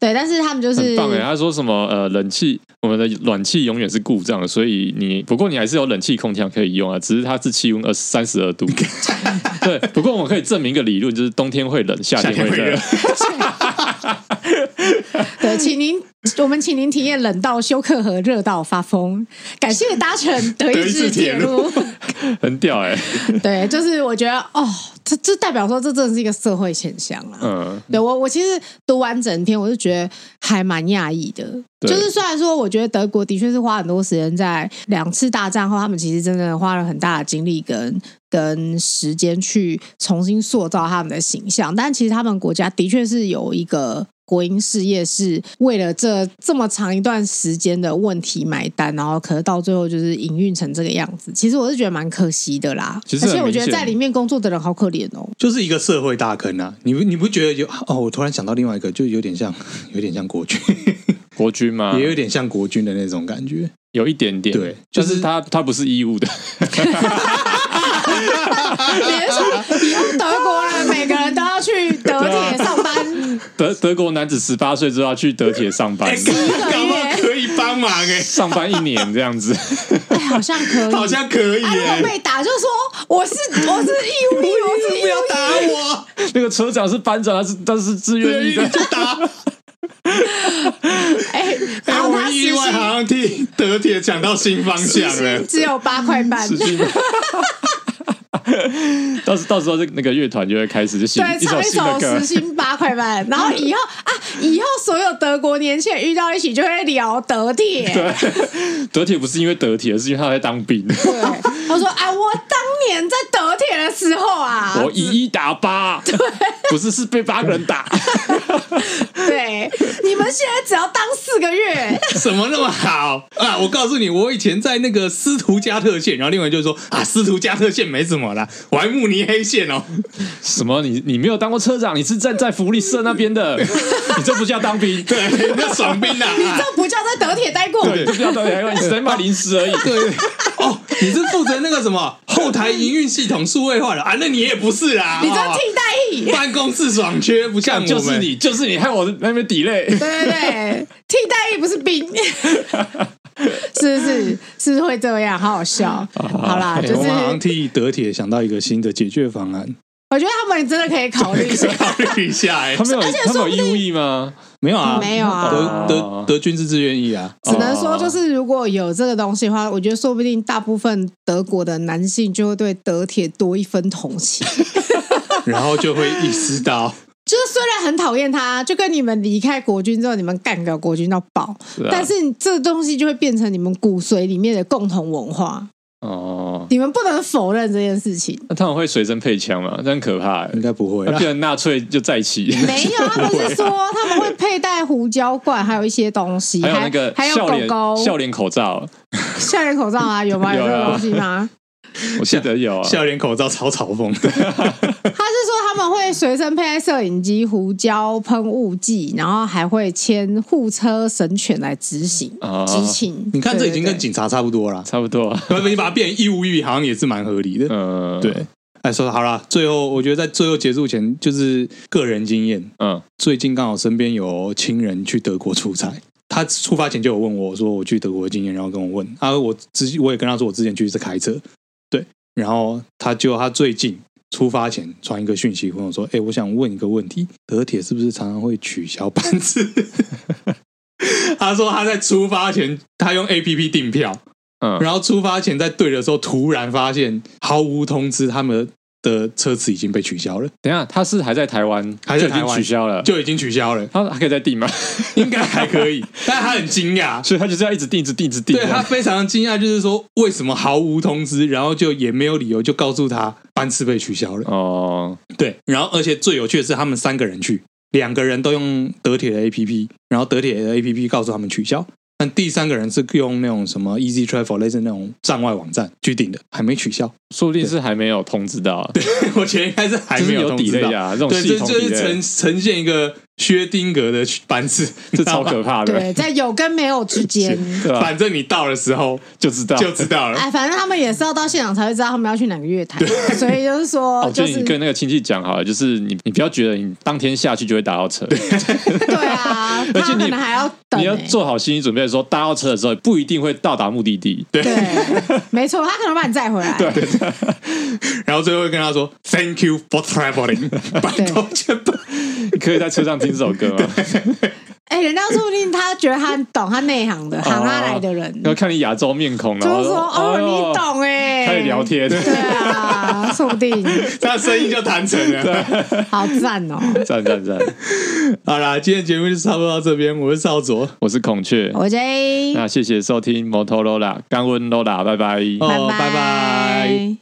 Speaker 3: 对，但是他们就是
Speaker 2: 很棒哎！他说什么呃，冷气我们的暖气永远是故障的，所以你不过你还是有冷气空调可以用啊，只是它是气温二三十 二度。对，不过我们可以证明一个理论，就是冬天会冷，夏天会
Speaker 1: 夏天会
Speaker 2: 热
Speaker 1: 热。
Speaker 3: 对，请您，我们请您体验冷到休克和热到发疯。感谢搭乘德意志铁路。
Speaker 2: 很屌哎、
Speaker 3: 对，就是我觉得哦，这这代表说这真的是一个社会现象啊。
Speaker 2: 嗯，
Speaker 3: 对我，我其实读完整篇，我就觉得还蛮讶异的。
Speaker 2: 对
Speaker 3: 就是虽然说，我觉得德国的确是花很多时间在两次大战后，他们其实真的花了很大的精力跟跟时间去重新塑造他们的形象，但其实他们国家的确是有一个。国营事业是为了这这么长一段时间的问题买单，然后可是到最后就是营运成这个样子，其实我是觉得蛮可惜的啦。
Speaker 2: 其实
Speaker 3: 而
Speaker 2: 很
Speaker 3: 且我觉
Speaker 2: 明
Speaker 3: 得
Speaker 2: 显
Speaker 3: 在里面工作的人好可怜哦。
Speaker 1: 就是一个社会大坑啊！你不你不觉得有哦？我突然想到另外一个，就有点像，有点像国军，
Speaker 2: 国军嘛，
Speaker 1: 也有点像国军的那种感觉。
Speaker 2: 有一点点，
Speaker 1: 对
Speaker 2: 就
Speaker 1: 就是是
Speaker 2: 他他不是义务的，
Speaker 3: 你是说以后德国人每个人都要去德铁上班？
Speaker 2: 德德国男子十八岁之后要去德铁上 班，
Speaker 1: 搞不好可以帮忙哎、
Speaker 2: 上班一年这样子，
Speaker 3: 哎，好像可以。
Speaker 1: 好像可以
Speaker 3: 啊，如
Speaker 1: 哎、
Speaker 3: 果被打，就说我是我是义务役，我是
Speaker 1: 不
Speaker 3: 义
Speaker 1: 要
Speaker 3: 务役。
Speaker 1: 打我，
Speaker 2: 那个车长是班长，他是他是自愿
Speaker 1: 对，
Speaker 2: 意
Speaker 1: 你
Speaker 2: 的，
Speaker 1: 就打。
Speaker 3: 哎，
Speaker 1: 哎、
Speaker 3: 然后
Speaker 1: 我
Speaker 3: 他
Speaker 1: 们
Speaker 3: 时
Speaker 1: 意
Speaker 3: 薪
Speaker 1: 外好啊像替德铁抢到新方向
Speaker 3: 时
Speaker 1: 了
Speaker 3: 薪。只有八块半，
Speaker 2: 是去。 到时到时候那个乐团就会开始就写
Speaker 3: 对，
Speaker 2: 一
Speaker 3: 唱
Speaker 2: 首
Speaker 3: 一
Speaker 2: 新的
Speaker 3: 首
Speaker 2: 歌
Speaker 3: 时，薪八块半。然后以后啊，以后所有德国年轻人遇到一起就会聊德铁。
Speaker 2: 对，德铁不是因为德铁，是因为他在当兵，
Speaker 3: 对，他说啊，我当年在德铁的时候啊，
Speaker 2: 我以一打 八，不是是被八个人打，
Speaker 3: 对，你们现在只要当四个月，
Speaker 1: 什么那么好啊！我告诉你，我以前在那个斯图加特县，然后另外就是说啊，斯图加特县没什么啦，我还慕尼黑县哦。
Speaker 2: 什么你你没有当过车长，你是站在福利社那边 的，你这不叫当兵，对。
Speaker 1: 对，那爽兵啦、啊
Speaker 3: 这不叫在德铁待过。
Speaker 2: 对，就不要到台湾，你只在卖零食 而已。
Speaker 1: 对哦，你是负责那个什么后台营运系统数位化的啊？那你也不是啦，
Speaker 3: 你这
Speaker 1: 哦
Speaker 3: 替代役，
Speaker 1: 办公室爽缺，不像我们
Speaker 2: 就是。你，就是你害我在那边抵赖。
Speaker 3: 对对对，替代役不是兵。是是是会这样，好好笑。好啦，
Speaker 1: 哎
Speaker 3: 啊就是
Speaker 1: 我们好像替德铁想到一个新的解决方 案。
Speaker 3: 我觉得他们真的可以考虑一下。
Speaker 1: 考虑一下、哎
Speaker 2: 他们有他们有义务役吗？
Speaker 1: 没有 啊，
Speaker 3: 没有啊
Speaker 1: 德德
Speaker 2: 哦
Speaker 1: 德军是自愿意啊，
Speaker 3: 只能说，就是如果有这个东西的话，我觉得说不定大部分德国的男性就会对德铁多一分同情。
Speaker 1: 然后就会意识到，
Speaker 3: 就是虽然很讨厌他，就跟你们离开国军之后，你们干掉国军到爆，
Speaker 2: 是啊
Speaker 3: 但是这东西就会变成你们骨髓里面的共同文化，
Speaker 2: 哦，
Speaker 3: 你们不能否认这件事情。
Speaker 2: 那他们会随身配枪吗？这很可怕欸
Speaker 1: 应。该不会
Speaker 2: 那
Speaker 1: 啦
Speaker 2: 变。成纳粹就再起，
Speaker 3: 没有，他们是说他们会佩戴胡椒罐，还有一些东西，
Speaker 2: 还有那个
Speaker 3: 还有
Speaker 2: 笑脸
Speaker 3: 狗狗
Speaker 2: 笑脸口罩，
Speaker 3: 笑脸口罩啊，有吗？
Speaker 2: 有
Speaker 3: 有
Speaker 2: 啊
Speaker 3: 这个东西吗？
Speaker 2: 我记得有啊。
Speaker 1: 笑脸口罩超嘲讽的，
Speaker 3: 他是说他们会随身佩戴摄影机、胡椒喷雾剂，然后还会牵护车神犬来执行
Speaker 2: 哦
Speaker 3: 执勤。
Speaker 1: 你看这已经
Speaker 3: 对
Speaker 1: 跟。警察差不多了。
Speaker 2: 差不多 啊，
Speaker 1: 不，你把它变义务役，好像也是蛮合理的。
Speaker 2: 嗯，
Speaker 1: 对，哎，说好啦，最后我觉得在最后结束前，就是个人经验。
Speaker 2: 嗯，
Speaker 1: 最近刚好身边有亲人去德国出差，他出发前就有问我说我去德国的经验，然后跟我问啊，我之我也跟他说我之前去是开车，对，然后他就他最近出发前传一个讯息跟我说，哎、我想问一个问题，德铁是不是常常会取消班次？ 他说他在出发前，他用 A P P 订票，
Speaker 2: 嗯
Speaker 1: 然后出发前在对的时候，突然发现毫无通知，他们的车次已经被取消了，
Speaker 2: 等一下，他是还在台湾，
Speaker 1: 还在
Speaker 2: 就已
Speaker 1: 台
Speaker 2: 经
Speaker 1: 湾
Speaker 2: 取消了，
Speaker 1: 就已经取消了。
Speaker 2: 他还可以再订吗？
Speaker 1: 应该还可以，但他很惊讶，
Speaker 2: 所以他就是要一直订，一直订，一直订。
Speaker 1: 对他非常惊讶，就是说为什么毫无通知，然后就也没有理由就告诉他班次被取消了。
Speaker 2: 哦，
Speaker 1: 对，然后而且最有趣的是，他们三个人去，两个人都用德铁的 APP，然后德铁的 APP 告诉他们取消，但第三个人是用那种什么 Easy Travel 类似那种站外网站去订的，还没取消。
Speaker 2: 说不定是还没有通知到，
Speaker 1: 我觉得应该是还
Speaker 2: 就
Speaker 1: 没
Speaker 2: 是有
Speaker 1: 通知
Speaker 2: delay
Speaker 1: 到。
Speaker 2: 啊，这种
Speaker 1: 对，
Speaker 2: 系
Speaker 1: 这
Speaker 2: 统
Speaker 1: 就是呈
Speaker 2: delay，
Speaker 1: 呈现一个薛丁格的班次，
Speaker 2: 这超可怕的，
Speaker 3: 对，在有跟没有 之间，
Speaker 2: 对吧？
Speaker 1: 反正你到的时候
Speaker 2: 就知道，
Speaker 1: 就知道了。
Speaker 2: 啊
Speaker 3: 哎，反正他们也是要到现场才会知道他们要去哪个乐坛，所以就是说
Speaker 2: 哦，，
Speaker 3: 就
Speaker 2: 就是你跟那个亲戚讲好了，就是你你不要觉得你当天下去就会搭到车，
Speaker 3: 对啊，
Speaker 2: 而
Speaker 3: 他
Speaker 2: 且
Speaker 3: 可
Speaker 2: 你
Speaker 3: 能还要等
Speaker 2: 你要
Speaker 3: 欸
Speaker 2: 做好心理准备，说搭到车的时候不一定会到达目的地。对，
Speaker 3: 对，没错，他可能把你载回来。对
Speaker 1: 然后最后会跟他说 “Thank you for traveling”，拜托全部。
Speaker 2: 你可以在车上听这首歌吗？
Speaker 3: 哎、人家说不定他觉得他很懂，他内行的，喊他来的人，
Speaker 2: 哦要看你亚洲面孔，然
Speaker 3: 就
Speaker 2: 后
Speaker 3: 是说哦，你，懂哎、
Speaker 2: 开始聊。天，
Speaker 3: 对啊，说不定
Speaker 1: 他生意就谈成了。
Speaker 3: 好赞哦！
Speaker 2: 赞赞赞！
Speaker 1: 好啦，今天节目就差不多到这边，我是少佐，
Speaker 2: 我是孔雀，
Speaker 3: 我 J，
Speaker 2: 那谢谢收听 Motorola 干温 Lola，拜拜。
Speaker 1: 哦，拜拜。